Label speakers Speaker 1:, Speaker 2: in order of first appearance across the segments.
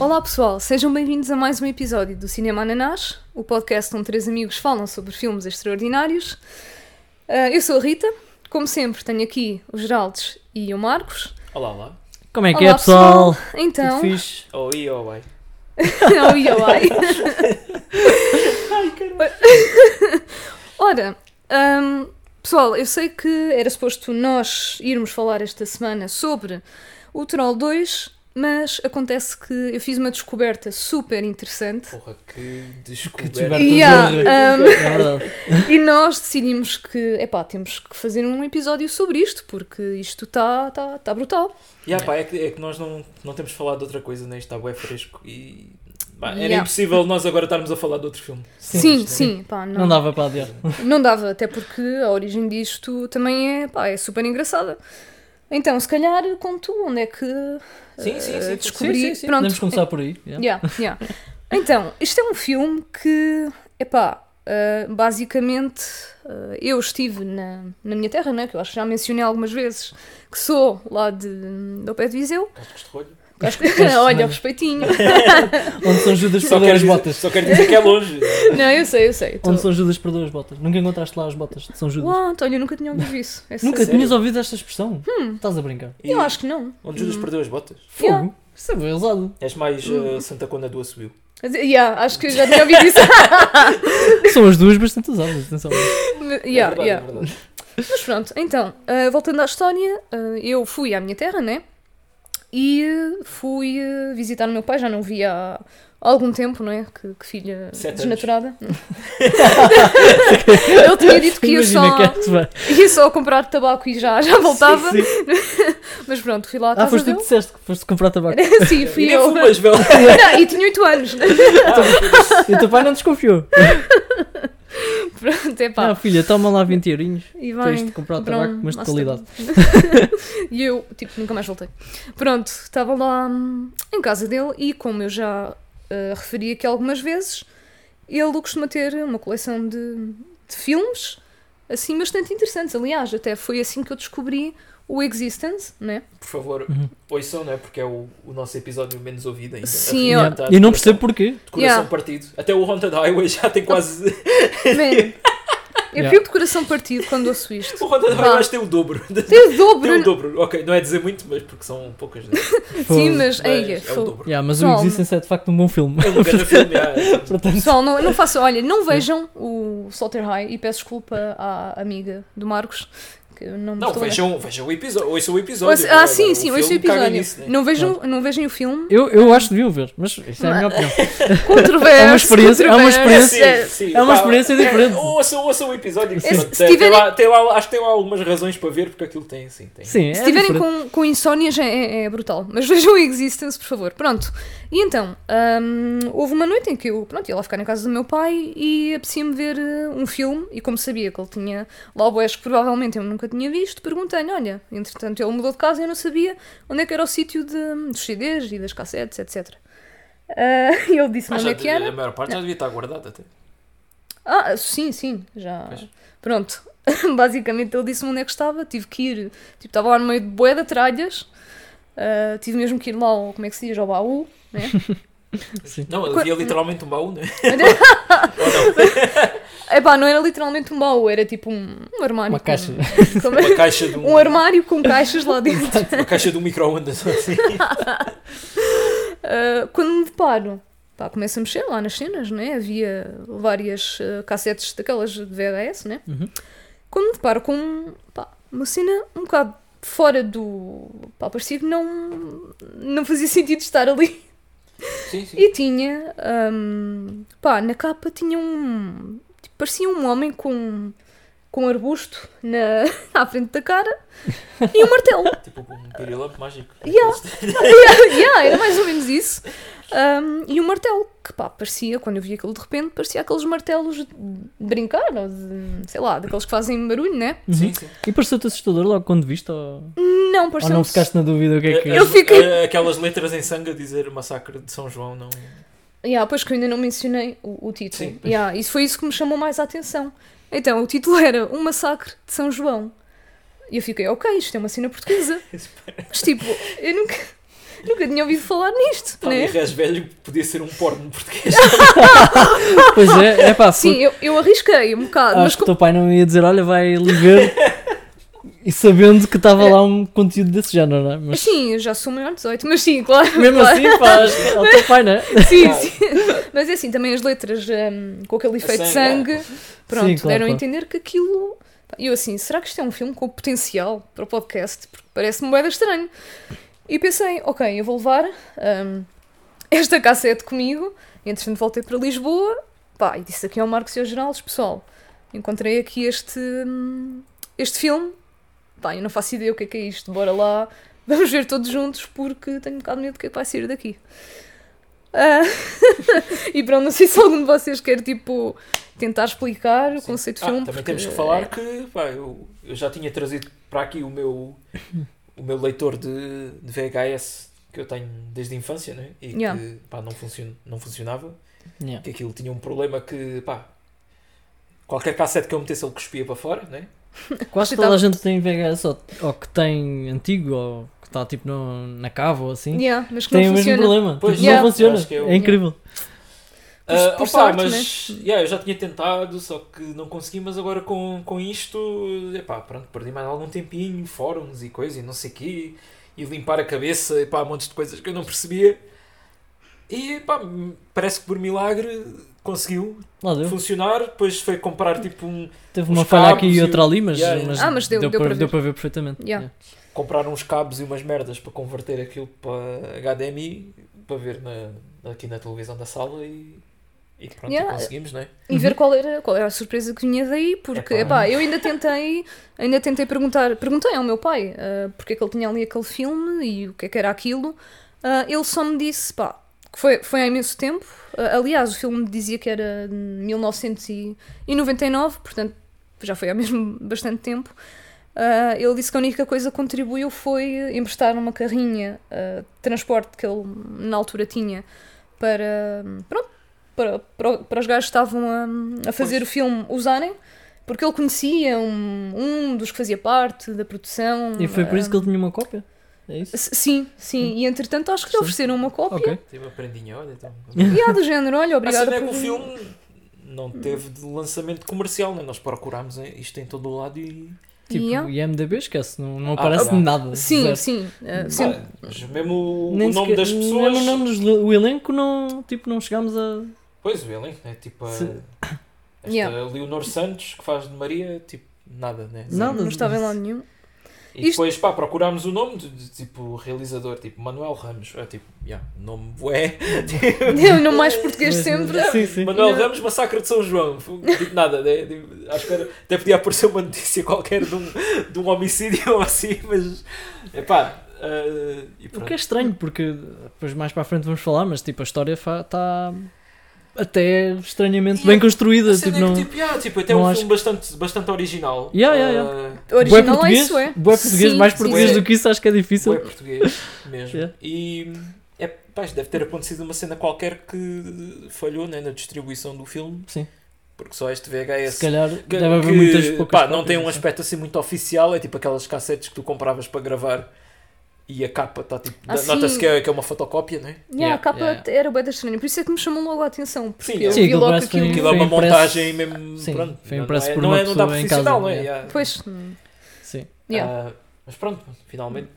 Speaker 1: Olá pessoal, sejam bem-vindos a mais um episódio do Cinema Ananás, o podcast onde três amigos falam sobre filmes extraordinários. Ah, eu sou a Rita, como sempre tenho aqui o Geraldes e o Marcos.
Speaker 2: Olá, olá.
Speaker 3: Como é que é, pessoal?
Speaker 1: Então,
Speaker 3: Tudo fixe?
Speaker 2: Oh, e oh, vai.
Speaker 1: Não, ia lá. Ora, hum, pessoal, eu sei que era suposto nós irmos falar esta semana sobre o Troll 2, mas acontece que eu fiz uma descoberta super interessante
Speaker 2: Porra, que
Speaker 3: Que
Speaker 2: descoberta.
Speaker 3: descoberta
Speaker 1: Yeah,
Speaker 3: de horror. É verdade.
Speaker 1: e nós decidimos que, epá, temos que fazer um episódio sobre isto, porque isto está tá, tá brutal.
Speaker 2: Yeah, pá, é, que, é que nós não, não temos falado de outra coisa, nem está bué fresco e. pá, era
Speaker 1: Yeah.
Speaker 2: impossível nós agora estarmos a falar de outro filme.
Speaker 1: Sim, sim, pá,
Speaker 3: Não dava para adiar.
Speaker 1: Não dava, até porque a origem disto também é, pá, é super engraçada. Então, se calhar, conto onde é que
Speaker 2: Sim, sim, sim.
Speaker 1: eh, descobri.
Speaker 3: Sim, sim, sim.
Speaker 1: Pronto. É,
Speaker 3: Podemos começar por aí. yeah.
Speaker 1: Yeah, yeah. Então, isto é um filme que, epá, eh, basicamente eh, eu estive na, na minha terra, né, que eu acho que já mencionei algumas vezes, que sou lá de, do pé de Viseu.
Speaker 2: Cascos de rolho.
Speaker 1: Acho que- Olha, o respeitinho.
Speaker 3: Onde são Judas
Speaker 2: Só
Speaker 3: perdeu
Speaker 2: quero,
Speaker 3: as
Speaker 2: dizer,
Speaker 3: botas.
Speaker 2: só quero dizer que é longe.
Speaker 1: Não, eu sei, eu sei. Tô...
Speaker 3: Onde São Judas perdeu as botas. Nunca encontraste lá as botas de São Judas.
Speaker 1: What? Olha, eu nunca tinha ouvido isso. É
Speaker 3: Nunca
Speaker 1: sério.
Speaker 3: tinhas ouvido esta expressão? Estás a brincar.
Speaker 2: E
Speaker 1: Eu acho que Hum. não.
Speaker 2: Onde Judas perdeu as botas.
Speaker 1: Yeah.
Speaker 3: Fogo. Isso é bem ousado.
Speaker 2: És mais eh, Santa Conda do Assobio.
Speaker 1: Yeah, acho que eu já tinha ouvido isso.
Speaker 3: São as duas bastante ousadas, atenção.
Speaker 1: yeah,
Speaker 2: é verdade,
Speaker 1: yeah.
Speaker 2: é verdade.
Speaker 1: Mas pronto, então, ah, voltando à história, ah, eu fui à minha terra, né? E ah, fui ah, visitar o meu pai, já não vi há algum tempo, não é? Que, que filha
Speaker 2: Sete anos.
Speaker 1: desnaturada. Ele tinha dito que ia
Speaker 3: Imagina
Speaker 1: só, Ah,
Speaker 3: que é- vai.
Speaker 1: ia só comprar tabaco e já, já voltava.
Speaker 3: Sim, sim.
Speaker 1: Mas pronto, fui lá à
Speaker 3: Ah,
Speaker 1: casa
Speaker 3: foste tu que
Speaker 1: dele.
Speaker 3: disseste que foste comprar tabaco.
Speaker 1: Sim,
Speaker 2: E
Speaker 1: fui
Speaker 2: nem
Speaker 1: eu.
Speaker 2: fumas, velho.
Speaker 1: Não, e tinha 8 anos.
Speaker 3: E o teu pai não desconfiou.
Speaker 1: Pronto, é
Speaker 3: Ah,
Speaker 1: pá.
Speaker 3: filha, toma lá 20 eurinhos.
Speaker 1: E vai.
Speaker 3: Tens de comprar o
Speaker 1: comprar um
Speaker 3: tabaco, mas de
Speaker 1: maço de
Speaker 3: qualidade.
Speaker 1: E eu, tipo, nunca mais voltei. Pronto, estava lá hum, em casa dele e, como eu já ah, referi aqui algumas vezes, ele costuma ter uma coleção de, de filmes, assim, bastante interessantes. Aliás, até foi assim que eu descobri o Existence, né?
Speaker 2: Por favor,
Speaker 3: Uhum.
Speaker 2: ouçam, não é? Porque é o, o nosso episódio menos ouvido ainda.
Speaker 1: Sim,
Speaker 2: A
Speaker 1: eu-
Speaker 3: Yeah.
Speaker 2: reunião tá
Speaker 3: E não
Speaker 2: de-
Speaker 3: percebo porquê.
Speaker 2: De coração
Speaker 1: Yeah.
Speaker 2: partido. Até o Haunted Highway já tem quase.
Speaker 1: Man, eu
Speaker 3: Yeah.
Speaker 1: fico de coração partido quando ouço isto.
Speaker 2: o Haunted
Speaker 1: Vá.
Speaker 2: Highway acho que tem o dobro.
Speaker 1: Tem o dobro,
Speaker 2: Tem o
Speaker 1: não-
Speaker 2: dobro. Ok, não é dizer muito, mas porque são poucas, né?
Speaker 1: sim,
Speaker 3: Fogo.
Speaker 1: mas,
Speaker 2: Mas
Speaker 1: ei,
Speaker 2: é o
Speaker 1: fogo.
Speaker 2: dobro.
Speaker 3: Yeah, mas o
Speaker 1: Toma.
Speaker 3: Existence é de facto um bom filme.
Speaker 2: É um grande filme, é.
Speaker 3: Portanto,
Speaker 1: Pessoal, não, não façam, olha, não vejam o Solter High e peço desculpa à amiga do Marcos que eu não me
Speaker 2: Não,
Speaker 1: estou a lembrar.
Speaker 2: vejam, vejam o episódio. Ouçam o episódio.
Speaker 1: Ouça- ah,
Speaker 2: Agora,
Speaker 1: sim, sim, ouço o
Speaker 2: filme caga
Speaker 1: episódio.
Speaker 2: nisso, né?
Speaker 1: não, vejam, não vejam o filme.
Speaker 3: eu, eu acho que deviam ver, mas isso é a minha opinião.
Speaker 1: Controverso.
Speaker 3: É uma experiência- é uma
Speaker 1: controverso.
Speaker 2: Sim, sim,
Speaker 3: É uma
Speaker 2: pá,
Speaker 3: experiência
Speaker 2: é,
Speaker 3: diferente.
Speaker 2: Ouçam, ouçam o episódio. que
Speaker 1: Se-
Speaker 2: pronto,
Speaker 1: se
Speaker 2: é, tem
Speaker 1: tiverem-
Speaker 2: lá- tem lá- acho que tem lá algumas razões para ver, porque aquilo tem, sim. Tem.
Speaker 3: Sim,
Speaker 1: Se
Speaker 3: é
Speaker 1: estiverem
Speaker 3: diferente.
Speaker 1: com, com insónias é- é, é brutal, mas vejam o Existence, por favor. Pronto. E então, hum, houve uma noite em que eu pronto, ia lá ficar na casa do meu pai e apetecia-me ver eh, um filme. E como sabia que ele tinha lá o Oeste, provavelmente eu nunca tinha visto, perguntei-lhe: olha, entretanto ele mudou de casa e eu não sabia onde é que era o sítio de- dos CDs e das cassetes, etc. Ah, E ele disse-me onde
Speaker 2: Mas já
Speaker 1: é que
Speaker 2: devia-
Speaker 1: era.
Speaker 2: A maior parte já devia estar guardada até.
Speaker 1: Ah, sim, sim, já.
Speaker 2: Pois.
Speaker 1: Pronto. Basicamente ele disse-me onde é que estava, tive que ir, tipo, estava lá no meio de bué de tralhas, ah, tive mesmo que ir lá ao, como é que se diz, ao baú, né?
Speaker 3: Sim.
Speaker 2: Não,
Speaker 1: Qua-
Speaker 2: havia literalmente um baú, né?
Speaker 1: Epá, não era literalmente um baú, era tipo um, um armário.
Speaker 3: É Uma
Speaker 1: com-
Speaker 3: caixa.
Speaker 1: com-
Speaker 2: Uma caixa de um,
Speaker 1: um armário com caixas lá dentro.
Speaker 2: uma caixa de um micro-ondas. Assim.
Speaker 1: Ah, quando me deparo, pá, começo a mexer lá nas cenas, né? Havia várias ah, cassetes daquelas de VHS, né?
Speaker 3: Uhum.
Speaker 1: Quando me deparo com pá, uma cena um bocado fora do. pá, parecia que não, não fazia sentido estar ali.
Speaker 2: Sim, sim.
Speaker 1: E tinha. hum, pá, na capa tinha um. tipo, parecia um homem com. com um arbusto na, à frente da cara e um martelo.
Speaker 2: Tipo um pirilampo mágico.
Speaker 1: Yeah. yeah, yeah, era mais ou menos isso. Um, e um martelo, que pá, parecia, quando eu vi aquilo de repente, parecia aqueles martelos de brincar, ou de, sei lá, daqueles que fazem barulho, né?
Speaker 2: Sim, sim.
Speaker 3: E pareceu-te assustador logo quando viste? Ou,
Speaker 1: Não,
Speaker 3: ou
Speaker 1: parecia
Speaker 3: não ficaste na dúvida o que é que
Speaker 1: Eu
Speaker 2: As-
Speaker 1: fiquei-
Speaker 2: a- Aquelas letras em sangue a dizer massacre de São João, não.
Speaker 1: Yeah, pois que eu ainda não mencionei o, o título.
Speaker 2: Sim, pois.
Speaker 1: yeah, isso foi isso que me chamou mais a atenção. Então, o título era Um Massacre de São João. E eu fiquei, ok, isto é uma cena portuguesa. Mas tipo, eu nunca. Nunca tinha ouvido falar nisto,
Speaker 2: Pá, e
Speaker 1: né?
Speaker 2: Res Velho podia ser um porno português.
Speaker 3: Pois é, é pá,
Speaker 1: Sim, eu, eu arrisquei um bocado, mas
Speaker 3: acho que o
Speaker 1: como.
Speaker 3: teu pai não ia dizer, olha, vai ligar e sabendo que estava lá um conteúdo desse género, não é? Mas
Speaker 1: Sim, assim, eu já sou maior de 18, mas sim, claro.
Speaker 3: mesmo
Speaker 1: claro.
Speaker 3: assim, pá, acho que é o teu pai, não é?
Speaker 1: Sim, sim. Mas é assim, também as letras hum, com aquele efeito de
Speaker 2: Sangue,
Speaker 1: sangue, pronto,
Speaker 3: Sim, claro,
Speaker 1: deram
Speaker 3: claro.
Speaker 1: a entender que aquilo. E eu assim, será que isto é um filme com potencial para o podcast? Porque parece-me moeda estranho. E pensei, ok, eu vou levar hum, esta cassete comigo. E entretanto voltei para Lisboa, pá, e disse aqui ao Marcos e aos Geraldes, pessoal, encontrei aqui este, hum, este filme. Pá, eu não faço ideia o que é que é isto, bora lá, vamos ver todos juntos, porque tenho um bocado de medo do que é que vai sair daqui. Ah, e pronto, não sei se algum de vocês quer, tipo, tentar explicar o
Speaker 2: Sim.
Speaker 1: conceito de
Speaker 2: Ah,
Speaker 1: filme.
Speaker 2: Também
Speaker 1: um porque- é-
Speaker 2: temos que falar que pá, eu, eu já tinha trazido para aqui o meu, o meu leitor de, de VHS que eu tenho desde a infância né? e
Speaker 1: Yeah.
Speaker 2: que pá, não, funcion, não funcionava.
Speaker 3: Yeah.
Speaker 2: Que aquilo tinha um problema que pá, qualquer cassete que eu metesse ele cuspia para fora. Né?
Speaker 3: Quase
Speaker 1: Você
Speaker 3: toda
Speaker 1: tá-
Speaker 3: a gente tem VHS ou, ou que tem antigo ou que está tipo no- na cava ou assim.
Speaker 1: Yeah, mas que
Speaker 3: Tem o
Speaker 1: não
Speaker 3: mesmo
Speaker 1: funciona.
Speaker 3: problema.
Speaker 2: Pois,
Speaker 3: Tipo,
Speaker 1: yeah.
Speaker 3: Não funciona.
Speaker 2: Acho que eu-
Speaker 3: É incrível.
Speaker 1: Por-
Speaker 2: Ah,
Speaker 1: por
Speaker 2: opá,
Speaker 1: sorte, né?
Speaker 2: mas yeah, eu já tinha tentado, só que não consegui, mas agora com, com isto, epá, pronto, perdi mais algum tempinho, fóruns e coisa e não sei o quê, e limpar a cabeça, epá, montes de coisas que eu não percebia. E pá, parece que por milagre conseguiu
Speaker 3: Lá
Speaker 1: Hum?
Speaker 3: deu.
Speaker 2: funcionar, depois foi comprar tipo um
Speaker 3: Teve
Speaker 2: Os
Speaker 3: uma falha aqui
Speaker 2: cabos e o-
Speaker 3: e outra ali, mas,
Speaker 2: Yeah, yeah.
Speaker 1: Ah, mas deu- deu
Speaker 3: para,
Speaker 1: para ver.
Speaker 3: deu para ver perfeitamente.
Speaker 1: Yeah.
Speaker 2: comprar uns cabos e umas merdas para converter aquilo para HDMI para ver na, aqui na televisão da sala e, e pronto, e
Speaker 1: Yeah.
Speaker 2: conseguimos, não é?
Speaker 1: e ver qual era, qual era a surpresa que vinha daí, porque
Speaker 2: Epá.
Speaker 1: epá, eu ainda tentei, ainda tentei perguntar, perguntei ao meu pai ah, porque é que ele tinha ali aquele filme e o que é que era aquilo. Ah, ele só me disse, pá, que foi, foi há imenso tempo. Ah, aliás, o filme dizia que era de 1999, portanto já foi há mesmo bastante tempo. Ah, ele disse que a única coisa que contribuiu foi emprestar uma carrinha ah, de transporte que ele na altura tinha para, pronto, para, para, para os gajos que estavam a, a fazer o filme usarem, porque ele conhecia um, um dos que fazia parte da produção.
Speaker 3: E foi por isso que ele tinha uma cópia? É
Speaker 1: ah,
Speaker 3: isso?
Speaker 1: s- Sim, sim, e entretanto acho que lhe
Speaker 3: Sim.
Speaker 1: ofereceram uma cópia.
Speaker 3: Ok.
Speaker 2: Tive uma prendinha, olha, então.
Speaker 1: E há do género, olha,
Speaker 2: A cena
Speaker 1: obrigada
Speaker 2: é que o
Speaker 1: por-
Speaker 2: filme não teve de lançamento comercial, né? nós procurámos isto em todo o lado e.
Speaker 3: Tipo,
Speaker 1: Yeah.
Speaker 3: IMDB esquece, não, não
Speaker 2: Ah,
Speaker 3: aparece
Speaker 2: ah,
Speaker 3: nada.
Speaker 1: Sim,
Speaker 3: zero.
Speaker 1: sim, ah, sim.
Speaker 2: Pá, mas mesmo o,
Speaker 3: Nem
Speaker 2: o nome
Speaker 3: sequer-
Speaker 2: das pessoas.
Speaker 3: Mesmo o nome dos- o elenco, não, tipo, não chegámos a.
Speaker 2: Pois, o elenco, né? tipo a.
Speaker 3: Sim.
Speaker 2: Esta
Speaker 1: Yeah.
Speaker 2: Leonor Santos, que faz de Maria, tipo, nada, né? Zero.
Speaker 3: Nada.
Speaker 1: não estava em lado nenhum.
Speaker 2: E
Speaker 1: Isto-
Speaker 2: depois, pá, procurámos o nome de, de, tipo, realizador, tipo, Manuel Ramos. É tipo, yeah, nome bué.
Speaker 1: Eu não mais português
Speaker 3: Mas-
Speaker 1: sempre.
Speaker 3: Sim, sim.
Speaker 2: Manuel
Speaker 1: Yeah.
Speaker 2: Ramos, Massacre de São João. Fogo, Tipo, nada, né? Tipo, acho que era, até podia aparecer uma notícia qualquer de um, de um homicídio ou assim, mas. Epá. ah, e
Speaker 3: O
Speaker 2: pronto.
Speaker 3: que é estranho, porque depois mais para a frente vamos falar, mas tipo, a história está até estranhamente
Speaker 2: E
Speaker 3: bem
Speaker 2: a-
Speaker 3: construída.
Speaker 2: A
Speaker 3: Tipo,
Speaker 2: cena é que,
Speaker 3: não...
Speaker 2: tipo, yeah, tipo, até é
Speaker 3: não
Speaker 2: um
Speaker 3: acho
Speaker 2: filme bastante, bastante original. eh,
Speaker 3: Yeah, yeah, Bué
Speaker 1: Original é
Speaker 3: português,
Speaker 1: isso, é?
Speaker 3: bué português,
Speaker 1: Sim,
Speaker 3: mais
Speaker 1: sim,
Speaker 3: português
Speaker 2: sim.
Speaker 3: do que isso acho que é difícil.
Speaker 2: é português mesmo.
Speaker 3: Yeah.
Speaker 2: E é, pá, isto deve ter acontecido uma cena qualquer que falhou né, na distribuição do filme,
Speaker 3: Sim.
Speaker 2: porque só este VHS.
Speaker 3: Se calhar
Speaker 2: que-
Speaker 3: deve haver
Speaker 2: que,
Speaker 3: muitas poucas.
Speaker 2: pá, não tem um
Speaker 3: cópias,
Speaker 2: aspecto assim muito oficial, é tipo aquelas cassetes que tu compravas para gravar e a capa está tipo.
Speaker 1: Ah,
Speaker 2: da-
Speaker 1: sim.
Speaker 2: Nota-se que, é, que é uma fotocópia, né?
Speaker 1: Yeah, a
Speaker 3: Yeah,
Speaker 1: capa
Speaker 3: yeah,
Speaker 1: era bem estranha, por isso é que me chamou logo a atenção. Porque
Speaker 2: Sim,
Speaker 1: eu
Speaker 2: sim,
Speaker 1: vi
Speaker 3: aquilo
Speaker 1: logo
Speaker 3: parece que
Speaker 1: aquilo.
Speaker 2: Aquilo é uma
Speaker 3: Foi impresso-
Speaker 2: montagem mesmo.
Speaker 3: sim,
Speaker 2: pronto,
Speaker 3: foi
Speaker 2: não-
Speaker 3: impresso
Speaker 2: não é,
Speaker 3: por
Speaker 2: não,
Speaker 3: uma
Speaker 2: é, não dá
Speaker 3: pessoa em casa,
Speaker 2: profissional, não é?
Speaker 3: yeah.
Speaker 2: Yeah.
Speaker 1: Pois. hum,
Speaker 3: Sim.
Speaker 1: yeah,
Speaker 2: Ah, mas pronto, finalmente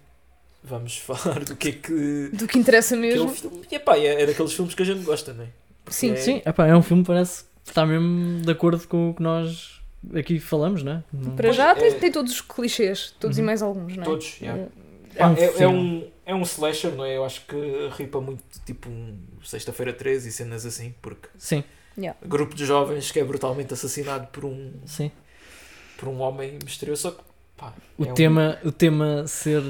Speaker 2: vamos falar do que é que.
Speaker 1: Do que interessa
Speaker 2: que é
Speaker 1: mesmo.
Speaker 2: o filme. E epá, é, é daqueles filmes que a gente gosta, não é? Porque
Speaker 1: Sim,
Speaker 2: é-
Speaker 3: Sim, epá, é um filme que parece que está mesmo de acordo com o que nós aqui falamos, né? Não-
Speaker 1: Para
Speaker 2: Pois,
Speaker 1: já tem,
Speaker 2: é-
Speaker 1: tem todos os clichês, todos
Speaker 3: Uhum.
Speaker 1: e mais alguns, não é?
Speaker 2: Todos, yeah.
Speaker 1: Eh,
Speaker 2: Pá,
Speaker 3: um
Speaker 2: é, é
Speaker 3: filme.
Speaker 2: um, é um slasher, não é? Eu acho que ripa muito, tipo, um Sexta-feira 13 e cenas assim, porque
Speaker 3: Sim,
Speaker 2: grupo de jovens que é brutalmente assassinado por um,
Speaker 3: sim.
Speaker 2: por um homem misterioso. Só que, pá,
Speaker 3: O,
Speaker 2: é um-
Speaker 3: tema, o tema ser.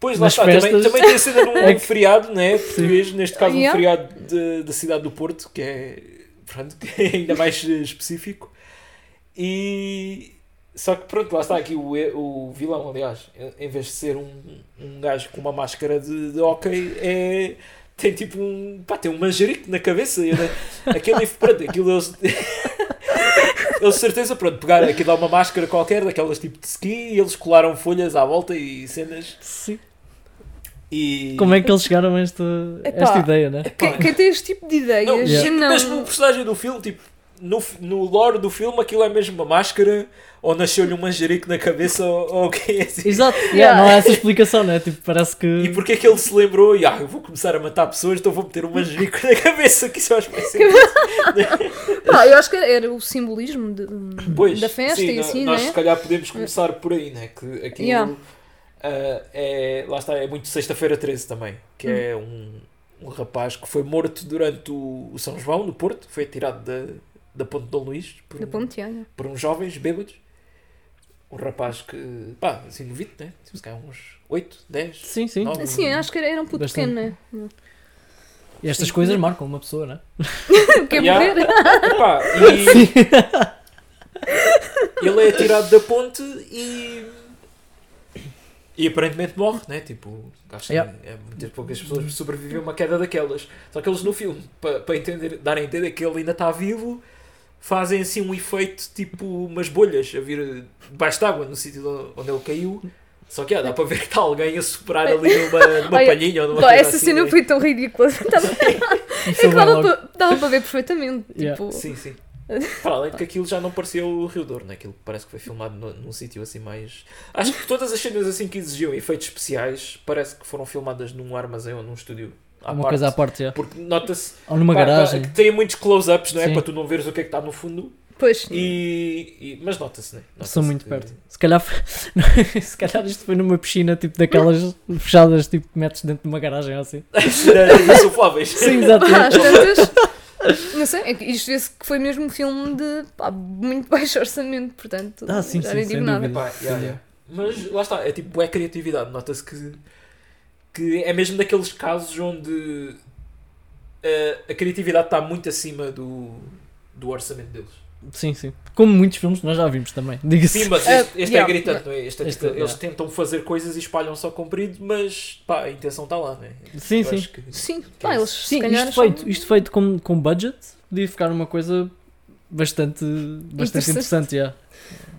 Speaker 2: Pois lá
Speaker 3: nas
Speaker 2: está, também,
Speaker 3: festas-
Speaker 2: também tem a cena de um
Speaker 3: É que-
Speaker 2: feriado, né? Português, neste caso, um
Speaker 1: Yeah.
Speaker 2: feriado de- da cidade do Porto, que é, pronto, que é ainda mais eh, específico. E. Só que pronto, lá está aqui o, e- o vilão, aliás, em vez de ser um, um gajo com uma máscara de, de hockey, é. Tem tipo um. pá, tem um manjerico na cabeça. e era- Aquele. pronto, aquilo eles. Eles de certeza, pronto, pegaram aquilo a uma máscara qualquer, daquelas tipo de ski, e eles colaram folhas à volta e cenas.
Speaker 3: Sim.
Speaker 2: E...
Speaker 3: Como é que eles chegaram a esta, a
Speaker 1: Epá.
Speaker 3: esta ideia, né?
Speaker 1: Quem, quem tem este tipo de ideias
Speaker 2: Não,
Speaker 3: Yeah.
Speaker 1: não.
Speaker 2: Mesmo o personagem do filme, tipo, no, fi- no lore do filme, aquilo é mesmo uma máscara, ou nasceu-lhe um manjerico na cabeça, ou ou o que é assim.
Speaker 3: Exato, yeah,
Speaker 1: Yeah.
Speaker 3: não há essa explicação, né? Tipo, parece que.
Speaker 2: E porque é que ele se lembrou, e ah, eu vou começar a matar pessoas, então vou meter um manjerico na cabeça, que isso eu acho que vai ser.
Speaker 1: Pá, eu acho que era o simbolismo de-
Speaker 2: Pois,
Speaker 1: da festa
Speaker 2: sim,
Speaker 1: e
Speaker 2: no-
Speaker 1: assim,
Speaker 2: nós
Speaker 1: né?
Speaker 2: se calhar podemos começar por aí, né? Que aquilo
Speaker 1: Yeah.
Speaker 2: ah, é, lá está, é muito sexta-feira 13 também,
Speaker 1: Hum.
Speaker 2: que é um, um rapaz que foi morto durante o, o São João no Porto, foi atirado da, da Ponte de Dom Luís por,
Speaker 1: da
Speaker 2: um-
Speaker 1: ponte, yeah, yeah.
Speaker 2: por uns jovens bêbados. Um rapaz que, pá, assim novinho, né? Tipo, Se calhar uns 8, 10.
Speaker 3: Sim, sim.
Speaker 2: Não.
Speaker 1: Sim, acho que era, era um puto
Speaker 3: Bastante.
Speaker 1: pequeno, né?
Speaker 3: E estas coisas marcam uma pessoa, né?
Speaker 1: Quer
Speaker 2: Yeah.
Speaker 1: é? morrer?
Speaker 2: Epá, e ele é atirado da ponte e. E aparentemente morre, né? Tipo, acho que
Speaker 3: Yeah.
Speaker 2: é muitas poucas pessoas que sobrevivem a uma queda daquelas. Só que eles no filme, para entender, dar a entender que ele ainda está vivo, fazem assim um efeito tipo umas bolhas a vir debaixo d'água no sítio onde- onde ele caiu. Só que ah, dá para ver que está alguém a soprar ali numa, numa
Speaker 1: Olha,
Speaker 2: palhinha ou numa
Speaker 1: Pá,
Speaker 2: coisa
Speaker 1: essa
Speaker 2: assim,
Speaker 1: cena
Speaker 2: né?
Speaker 1: foi tão ridícula. Tava-
Speaker 3: E
Speaker 1: É que
Speaker 3: vai
Speaker 1: dava
Speaker 3: Um logo.
Speaker 1: para dava para ver perfeitamente.
Speaker 3: Yeah.
Speaker 1: Tipo,
Speaker 2: Sim, sim. Para além de que aquilo já não parecia o Rio Douro, né? aquilo parece que foi filmado no- num sítio assim mais. Acho que todas as cenas assim que exigiam efeitos especiais parece que foram filmadas num armazém ou num estúdio. À
Speaker 3: Uma
Speaker 2: parte.
Speaker 3: coisa à parte, já.
Speaker 2: Porque nota-se
Speaker 3: Ou numa
Speaker 2: pá, pá,
Speaker 3: garagem.
Speaker 2: que tem muitos close-ups, não é?
Speaker 3: Sim.
Speaker 2: Para tu não veres o que é que está no fundo.
Speaker 1: pois.
Speaker 2: E, e- Mas nota-se, né? Nota-se
Speaker 3: São muito
Speaker 2: que-
Speaker 3: perto. Se calhar, foi- se calhar isto foi numa piscina tipo daquelas fechadas, tipo metes dentro de uma garagem ou assim. Ah,
Speaker 2: Era insufláveis.
Speaker 3: Sim, exato.
Speaker 1: Pá, às tantas. Não sei, é que isto vê-se que foi mesmo um filme de pá, muito baixo orçamento, portanto.
Speaker 3: Ah, sim,
Speaker 1: já
Speaker 3: sim,
Speaker 1: nem
Speaker 3: sem
Speaker 1: digo nada.
Speaker 3: dúvida.
Speaker 2: Epá, yeah,
Speaker 3: Sim.
Speaker 2: yeah. Mas lá está, é tipo, é criatividade. Nota-se que, que é mesmo daqueles casos onde eh, a, criatividade está muito acima do, do orçamento deles.
Speaker 3: Sim, sim. Como muitos filmes nós já vimos também. Diga-se.
Speaker 2: Sim, mas
Speaker 1: Eh,
Speaker 2: este, este é
Speaker 1: yeah.
Speaker 2: gritante, não é? Este é
Speaker 3: Este,
Speaker 2: tipo, eles
Speaker 3: yeah.
Speaker 2: tentam fazer coisas e espalham só comprido, mas pá, a intenção está lá, não é?
Speaker 3: Sim,
Speaker 2: Eu
Speaker 3: sim.
Speaker 2: acho que-
Speaker 1: Sim, pá, eles se
Speaker 3: Sim,
Speaker 1: calhar
Speaker 3: isto
Speaker 1: são-
Speaker 3: feito, isto feito com, com budget podia ficar uma coisa bastante, bastante
Speaker 1: Interessante.
Speaker 3: interessante. yeah.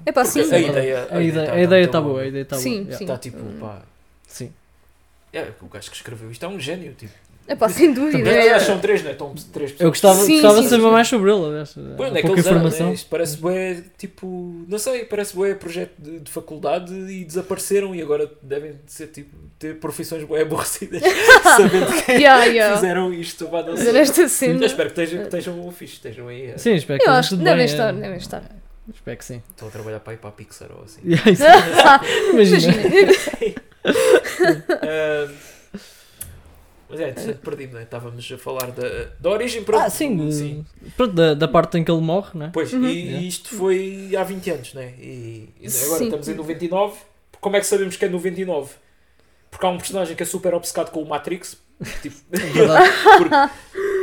Speaker 1: É pá, sim.
Speaker 2: Porque a ideia
Speaker 3: A ideia a ideia está boa, a ideia está boa.
Speaker 1: Sim,
Speaker 3: yeah.
Speaker 1: sim.
Speaker 2: Está tipo, pá,
Speaker 3: Sim.
Speaker 2: é, o gajo que escreveu isto é um gênio. Tipo.
Speaker 1: É pá, sem dúvida.
Speaker 2: Aliás,
Speaker 1: é.
Speaker 2: são três, não é? Estão três pessoas.
Speaker 3: Eu gostava,
Speaker 1: Sim,
Speaker 3: gostava
Speaker 1: sim,
Speaker 3: de saber
Speaker 1: sim.
Speaker 3: mais sobre ele. aliás. Há
Speaker 2: Pois,
Speaker 3: pouca
Speaker 2: naqueles anos,
Speaker 3: informação.
Speaker 2: né? Isto parece bué, tipo, não sei, parece bué projeto de, de faculdade e desapareceram e agora devem ser, tipo, ter profissões bué aborrecidas sabendo que
Speaker 1: Yeah, yeah.
Speaker 2: fizeram isto, vá, não
Speaker 1: Fazer
Speaker 2: sei.
Speaker 1: esta
Speaker 2: Eu
Speaker 1: cena.
Speaker 2: espero que estejam, que estejam fixe, estejam aí, eh,
Speaker 3: Sim, espero que
Speaker 1: Eu
Speaker 3: esteja
Speaker 1: acho que
Speaker 3: tudo
Speaker 1: devem
Speaker 3: bem,
Speaker 1: estar,
Speaker 3: é.
Speaker 1: devem estar.
Speaker 3: Espero que sim.
Speaker 2: estão a trabalhar para ir para a Pixar ou assim.
Speaker 3: Yeah, isso- Imagina.
Speaker 2: Ah, mas é, interessante, perdi-me, né? Estávamos a falar da, da origem, pronto.
Speaker 3: Ah, sim, de- Pronto, da, da parte em que ele morre, né?
Speaker 2: Pois,
Speaker 1: Uhum.
Speaker 2: e
Speaker 3: Yeah.
Speaker 2: isto foi há 20 anos, né? E, e agora
Speaker 1: Sim.
Speaker 2: estamos em 99. Como é que sabemos que é 99? Porque há um personagem que é super obcecado com o Matrix. Tipo,
Speaker 3: É Verdade.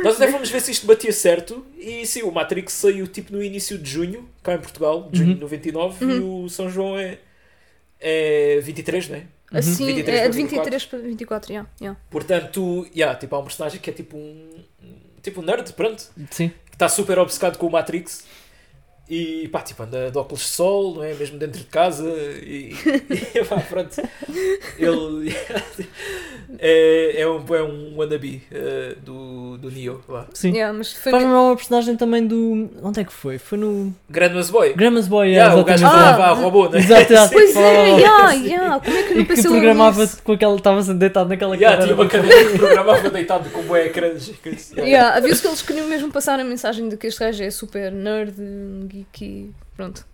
Speaker 2: nós até fomos ver se isto batia certo. E sim, o Matrix saiu tipo no início de junho, cá em Portugal, de junho de
Speaker 3: Uhum.
Speaker 2: 99. E o São João é, é 23, né?
Speaker 3: Uhum.
Speaker 1: Assim,
Speaker 2: 23
Speaker 1: é
Speaker 2: para
Speaker 1: de 23 para 24, yeah, yeah.
Speaker 2: Portanto, yeah, tipo, há um personagem que é tipo um. Tipo um nerd, pronto.
Speaker 3: Sim.
Speaker 2: que está super obcecado com o Matrix e pá, tipo, anda de óculos de sol, não é? Mesmo dentro de casa e, e pá, pronto. Ele é, é um, é um wannabe eh, do, do Neo lá.
Speaker 3: Sim.
Speaker 1: Yeah, mas foi
Speaker 3: Faz-me uma personagem também do. Onde é que foi? Foi no.
Speaker 2: Grandmas Boy.
Speaker 3: Grandma's Boy, é,
Speaker 2: Yeah, o gajo que
Speaker 3: exatamente.
Speaker 2: falava a robô, né?
Speaker 3: Exato, exato.
Speaker 1: Pois é,
Speaker 3: Falava-
Speaker 1: yeah, yeah. como é que eu
Speaker 3: E
Speaker 1: não
Speaker 3: que
Speaker 1: pensei
Speaker 3: programava
Speaker 1: nisso?
Speaker 3: com aquela. Estava deitado naquela
Speaker 2: Yeah, tinha
Speaker 3: cadeira.
Speaker 2: uma cadeira que programava deitado com bué ecrãs.
Speaker 1: Yeah, havia-se que eles queriam mesmo passar a mensagem de que este gajo é super nerd, geek e pronto.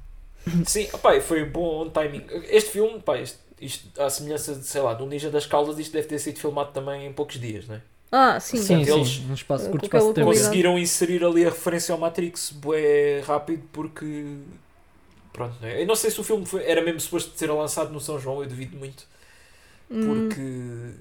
Speaker 2: Sim, opá, foi bom timing. Este filme, pá, este, isto, à semelhança de, sei lá, do Ninja das Caldas, isto deve ter sido filmado também em poucos dias, né?
Speaker 1: Ah, sim.
Speaker 3: Sim,
Speaker 2: Eles-
Speaker 3: sim. Um espaço,
Speaker 1: eh,
Speaker 3: curto
Speaker 1: com
Speaker 3: espaço de
Speaker 1: aquela
Speaker 3: tempo.
Speaker 1: coisa.
Speaker 2: conseguiram inserir ali a referência ao Matrix bué rápido porque pronto, não é? eu não sei se o filme foi- era mesmo suposto ser lançado no São João, eu duvido muito,
Speaker 1: Hum,
Speaker 2: porque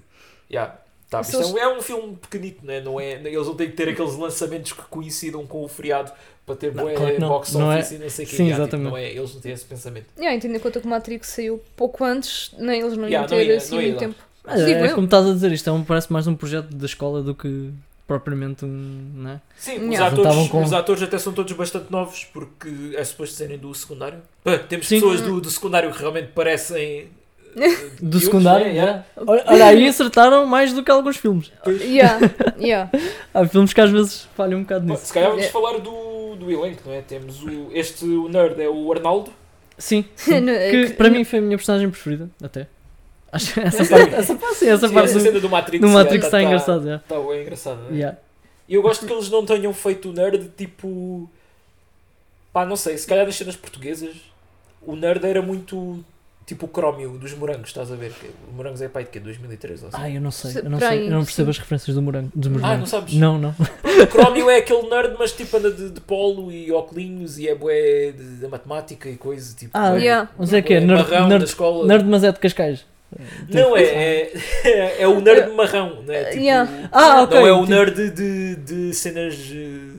Speaker 2: yeah, tá,
Speaker 1: Se
Speaker 2: isto é, um, é um filme pequenito, né? não é? Eles vão ter que ter aqueles lançamentos que coincidam com o feriado para ter
Speaker 3: Não,
Speaker 2: bué
Speaker 3: claro que não.
Speaker 2: box
Speaker 3: Não é-
Speaker 2: office e não sei o que.
Speaker 3: Sim,
Speaker 2: tipo,
Speaker 3: exatamente.
Speaker 2: não é? Eles não têm esse pensamento.
Speaker 1: yeah, tendo em conta que o Matrix saiu pouco antes, nem eles não iam
Speaker 2: Yeah,
Speaker 1: ter
Speaker 2: não ia-
Speaker 1: assim
Speaker 2: não ia
Speaker 1: muito
Speaker 2: dar.
Speaker 1: tempo.
Speaker 3: Ah, é,
Speaker 1: Digo
Speaker 3: é
Speaker 1: eu.
Speaker 3: como estás a dizer, isto é um, parece mais um projeto da escola do que propriamente um. Não é?
Speaker 2: Sim,
Speaker 1: Yeah.
Speaker 2: os,
Speaker 1: Eles
Speaker 3: não
Speaker 2: atores,
Speaker 3: estavam com-
Speaker 2: os atores até são todos bastante novos porque é suposto serem do secundário. Pá, temos
Speaker 3: Sim. Hum.
Speaker 2: pessoas do, do secundário que realmente parecem de
Speaker 3: Do
Speaker 2: miúdos,
Speaker 3: secundário.
Speaker 2: né?
Speaker 3: yeah. Olha, olha, aí acertaram mais do que alguns filmes.
Speaker 1: Yeah, yeah.
Speaker 3: Há filmes que às vezes falham um bocado
Speaker 2: Bom,
Speaker 3: nisso.
Speaker 2: Se calhar vamos
Speaker 1: É.
Speaker 2: falar do, do elenco, não é? Temos o, este o nerd é o Arnaldo.
Speaker 3: Sim.
Speaker 1: No-
Speaker 2: É
Speaker 3: Que
Speaker 1: é que-
Speaker 3: para mim foi a minha personagem preferida, até. Acho que essa parte, essa parte, sim, essa
Speaker 2: Sim,
Speaker 3: parte
Speaker 2: essa
Speaker 3: do,
Speaker 2: cena do Matrix, é,
Speaker 3: do Matrix
Speaker 2: está
Speaker 3: está engraçada. yeah.
Speaker 2: Está bem engraçado, né?
Speaker 3: Yeah.
Speaker 2: E eu gosto que eles não tenham feito o nerd tipo. Pá, não sei, se calhar nas cenas portuguesas o nerd era muito tipo o crómio dos morangos, estás a ver? Que O morangos é pai de quê? 2003 ou assim?
Speaker 3: Ah, eu não sei, eu
Speaker 1: Se-
Speaker 3: não
Speaker 1: para
Speaker 3: sei,
Speaker 1: aí,
Speaker 3: eu não percebo
Speaker 1: sim.
Speaker 3: as referências do morango. Dos morangos.
Speaker 2: Ah, não sabes?
Speaker 3: Não, não.
Speaker 2: O crómio é aquele nerd, mas tipo anda de, de polo e óculos e é bué de- da matemática e coisa tipo.
Speaker 3: Ah,
Speaker 2: é,
Speaker 1: Yeah.
Speaker 3: Mas é que é
Speaker 2: bué
Speaker 3: nerd,
Speaker 2: marrão da
Speaker 3: nerd,
Speaker 2: escola.
Speaker 3: nerd, mas é de Cascais.
Speaker 2: Não, é, é, é o nerd marrão, né? Tipo,
Speaker 1: Yeah.
Speaker 3: Ah, ok,
Speaker 2: Não é o
Speaker 3: tipo-
Speaker 2: nerd de, de cenas eh,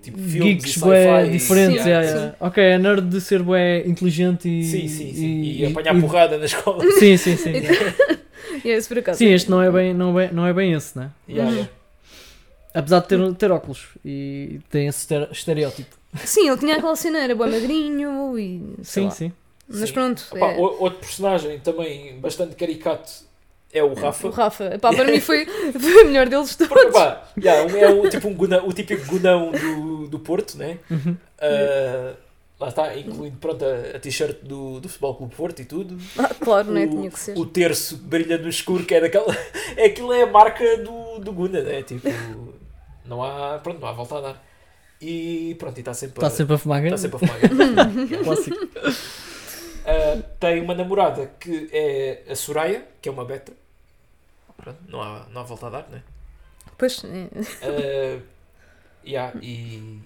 Speaker 2: tipo filmes
Speaker 3: Geeks,
Speaker 2: e
Speaker 3: bué,
Speaker 2: sci-fi. e-
Speaker 3: diferentes.
Speaker 1: Sim,
Speaker 3: yeah,
Speaker 1: sim.
Speaker 3: yeah. Ok, é nerd de ser bué inteligente e.
Speaker 2: Sim, sim, sim. E, apanhar
Speaker 3: e-
Speaker 2: porrada na escola.
Speaker 3: Sim, sim, sim.
Speaker 1: Yeah, isso por acaso.
Speaker 3: sim, este não é bem, não é, não é bem esse, né?
Speaker 2: Yeah,
Speaker 1: Uhum.
Speaker 2: yeah.
Speaker 3: Apesar de ter, ter óculos e tem esse estere- estereótipo.
Speaker 1: Sim, ele tinha aquela cena, era bom magrinho e. sei
Speaker 3: é- Sim,
Speaker 1: lá.
Speaker 3: sim.
Speaker 1: Mas
Speaker 2: Sim.
Speaker 1: pronto.
Speaker 2: Opa,
Speaker 1: é-
Speaker 2: o- Outro personagem também bastante caricato é o Rafa.
Speaker 1: O Rafa, pá, para mim foi, foi o melhor deles todos.
Speaker 2: Porque, pá, yeah, um- é o, tipo um guna- o típico gunão do, do Porto, né?
Speaker 3: Uhum.
Speaker 2: Ah, lá está, incluindo pronto, a, a t-shirt do, do Futebol Clube Porto e tudo.
Speaker 1: Ah, claro, não é?
Speaker 2: O-
Speaker 1: Tinha que ser.
Speaker 2: O terço brilha no escuro, que é daquela. É, aquilo é a marca do, do Guna, né? Tipo, não há. Pronto, não há volta a dar. E pronto, e está sempre,
Speaker 3: Está Tá sempre a fumar
Speaker 2: a,
Speaker 3: grande.
Speaker 2: está sempre a fumar. Yeah.
Speaker 3: Clássico.
Speaker 2: Ah, tem uma namorada que é a Soraya, que é uma beta. Pronto, não há, não há volta a dar, né?
Speaker 1: Pois, é.
Speaker 2: Ah, yeah, e,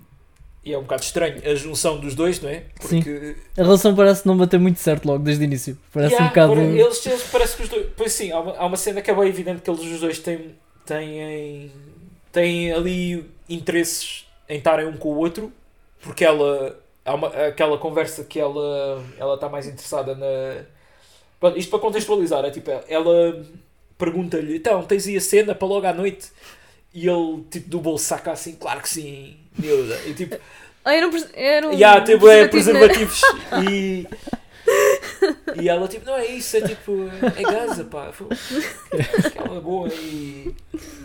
Speaker 2: e é um bocado estranho a junção dos dois, não é?
Speaker 3: Sim.
Speaker 2: Porque
Speaker 3: A relação parece não bater muito certo logo desde o início. Parece
Speaker 2: Yeah,
Speaker 3: um bocado.
Speaker 2: pare- Eles, eles parece que os dois. Pois sim, há uma, há uma cena que é bem evidente que eles os dois têm, têm, têm ali interesses em estarem um com o outro, porque ela. Há uma, aquela conversa que ela ela está mais interessada na. Pronto, isto para contextualizar, é tipo, ela pergunta-lhe: então, tens aí a cena para logo à noite? E ele, tipo, do bolso saca assim, claro que sim, miúda. E tipo,
Speaker 1: Ah, era um, pres- era um
Speaker 2: e há tipo é,
Speaker 1: preservativo,
Speaker 2: preservativos e. E ela tipo, não é isso, é tipo, é Gaza, pá. Foi- Que ela é boa e.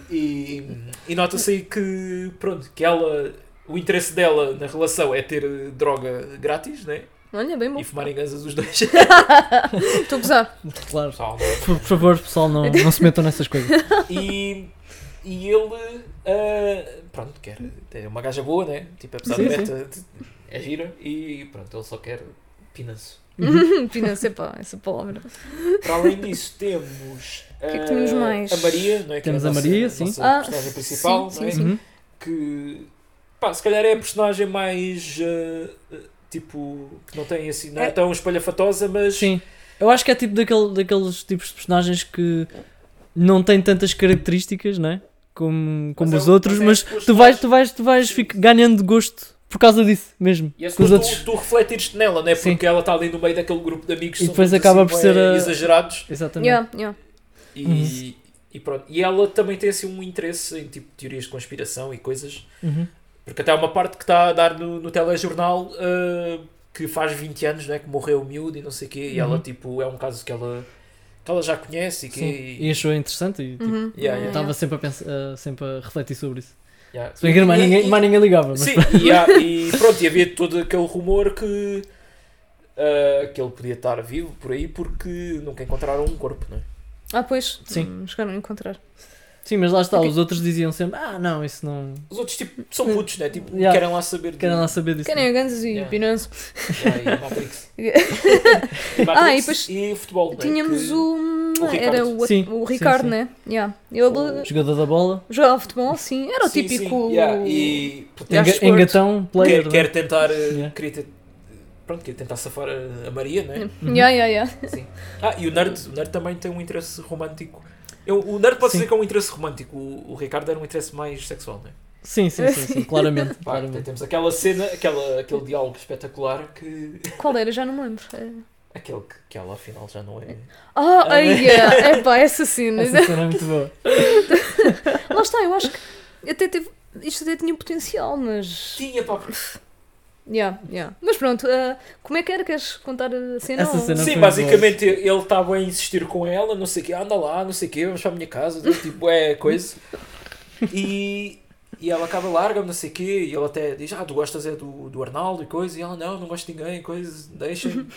Speaker 2: E, e nota-se aí que, pronto, que ela. O interesse dela na relação é ter eh, droga grátis, né?
Speaker 1: não é? Olha, bem bom.
Speaker 2: E fumarem gansas os dois.
Speaker 1: Estou a gozar.
Speaker 3: Claro.
Speaker 2: Pessoal,
Speaker 3: Por, por favor, pessoal, não, não se metam nessas coisas.
Speaker 2: E, e ele, ah, pronto, quer é uma gaja boa, né? Tipo, apesar
Speaker 3: Sim,
Speaker 2: de beta, é gira e pronto, ele só quer pinanço. Uhum.
Speaker 1: Finança, pá, essa palavra.
Speaker 2: Para além disso, temos. O
Speaker 1: que é que temos mais?
Speaker 2: A Maria, não é? Que
Speaker 3: Temos
Speaker 2: é
Speaker 3: a
Speaker 2: nossa-
Speaker 3: Maria, sim.
Speaker 2: nossa
Speaker 1: Ah,
Speaker 2: personagem principal,
Speaker 1: sim,
Speaker 2: não é?
Speaker 1: sim,
Speaker 3: Uhum.
Speaker 2: Que. Pá, se calhar é a personagem mais. ah, ah, tipo. Que não tem assim. Não é,
Speaker 3: É.
Speaker 2: tão espalhafatosa, mas.
Speaker 3: Sim. Eu acho que é tipo daquele, daqueles tipos de personagens que não têm tantas características, não é? Como, como
Speaker 2: é
Speaker 3: os
Speaker 2: um-
Speaker 3: outros,
Speaker 2: mas é
Speaker 3: mas
Speaker 2: um gosto
Speaker 3: tu vais,
Speaker 2: mais.
Speaker 3: tu vais, tu vais fica- ganhando gosto por causa disso mesmo.
Speaker 2: E é
Speaker 3: Com os
Speaker 2: tu,
Speaker 3: outros.
Speaker 2: tu refletires nela, né? Porque
Speaker 3: Sim.
Speaker 2: ela está ali no meio daquele grupo de amigos que
Speaker 3: E
Speaker 2: são
Speaker 3: depois
Speaker 2: todos
Speaker 3: acaba
Speaker 2: assim,
Speaker 3: por ser
Speaker 2: bué
Speaker 3: a-
Speaker 2: exagerados
Speaker 3: Exatamente.
Speaker 1: Yeah, yeah.
Speaker 2: e,
Speaker 3: Uhum.
Speaker 2: e pronto. E ela também tem assim um interesse em tipo teorias de conspiração e coisas.
Speaker 3: Uhum.
Speaker 2: Porque até há uma parte que está a dar no, no telejornal ah, que faz 20 anos né, que morreu o miúdo e não sei o quê. E
Speaker 3: Uhum.
Speaker 2: ela, tipo, é um caso que ela, que ela já conhece e que.
Speaker 3: Sim. E achou interessante e tipo,
Speaker 1: Uhum.
Speaker 2: Yeah, yeah.
Speaker 3: estava sempre a, pensar, a- sempre a refletir sobre isso.
Speaker 2: Yeah.
Speaker 3: Se bem que mais
Speaker 2: E-
Speaker 3: ninguém,
Speaker 2: e-
Speaker 3: mais ninguém ligava, mas
Speaker 2: Sim, e, há- e pronto, e havia todo aquele rumor que. ah, que ele podia estar vivo por aí porque nunca encontraram um corpo, não é?
Speaker 1: Ah, pois.
Speaker 3: Sim.
Speaker 1: Hum, chegaram a encontrar.
Speaker 3: Sim, mas lá está, os outros diziam sempre: Ah, não, isso não.
Speaker 2: Os outros, tipo, são putos, né? Tipo,
Speaker 3: Yeah.
Speaker 2: querem lá saber. de-
Speaker 3: Querem lá saber disso.
Speaker 1: Querem a Gansos e
Speaker 2: Yeah.
Speaker 1: Pinanço.
Speaker 2: Yeah, e Matrix.
Speaker 1: Yeah.
Speaker 2: E Matrix
Speaker 1: Ah, e depois
Speaker 2: e futebol, né?
Speaker 1: Tínhamos
Speaker 2: Que-
Speaker 1: o.
Speaker 2: o
Speaker 1: Era
Speaker 2: Ricardo.
Speaker 1: o,
Speaker 3: Sim,
Speaker 1: o
Speaker 3: sim,
Speaker 1: Ricardo,
Speaker 3: sim.
Speaker 1: né? Yeah. Ele
Speaker 2: O-
Speaker 3: Jogador da bola,
Speaker 1: jogava futebol, sim. Era o
Speaker 2: Sim, sim,
Speaker 1: típico.
Speaker 2: yeah, e-
Speaker 1: Acho
Speaker 3: enga-
Speaker 1: que-
Speaker 3: engatão, player.
Speaker 2: Quer,
Speaker 3: não é?
Speaker 2: quer tentar. eh,
Speaker 3: Yeah.
Speaker 2: Queria te- pronto, queria tentar safar a, a Maria, né?
Speaker 1: Uhum. Yeah, yeah, yeah.
Speaker 2: Sim. Ah, e o Nerd, o nerd também tem um interesse romântico. Eu, o Nerd pode
Speaker 3: Sim.
Speaker 2: dizer que é um interesse romântico. O, o Ricardo era um interesse mais sexual, né?
Speaker 3: é? Sim, sim, sim, sim, claramente.
Speaker 2: Pá,
Speaker 3: claramente.
Speaker 2: temos aquela cena, aquela, aquele diálogo espetacular que.
Speaker 1: Qual era? Já não me lembro. É.
Speaker 2: Aquele que, que ela afinal já não é.
Speaker 1: Ah,
Speaker 2: Ah,
Speaker 1: ai, yeah. Epá, essa cena.
Speaker 3: Essa cena é muito boa.
Speaker 1: Lá está, eu acho que até teve. Isto até tinha potencial, mas.
Speaker 2: Tinha, pá, porque
Speaker 1: Yeah, yeah. Mas pronto, ah, como é que era? Queres contar a cena?
Speaker 3: Essa
Speaker 1: ou-
Speaker 3: cena- Não
Speaker 2: Sim,
Speaker 3: foi um
Speaker 2: basicamente ele estava a insistir com ela, não sei o quê, anda lá, não sei o quê, vamos para a minha casa, tipo, é coisa. E, e ela acaba larga-me, não sei o quê, e ele até diz, ah, tu gostas é do, do Arnaldo e coisa, e ela, não, não gosto de ninguém, coisa, deixa-me.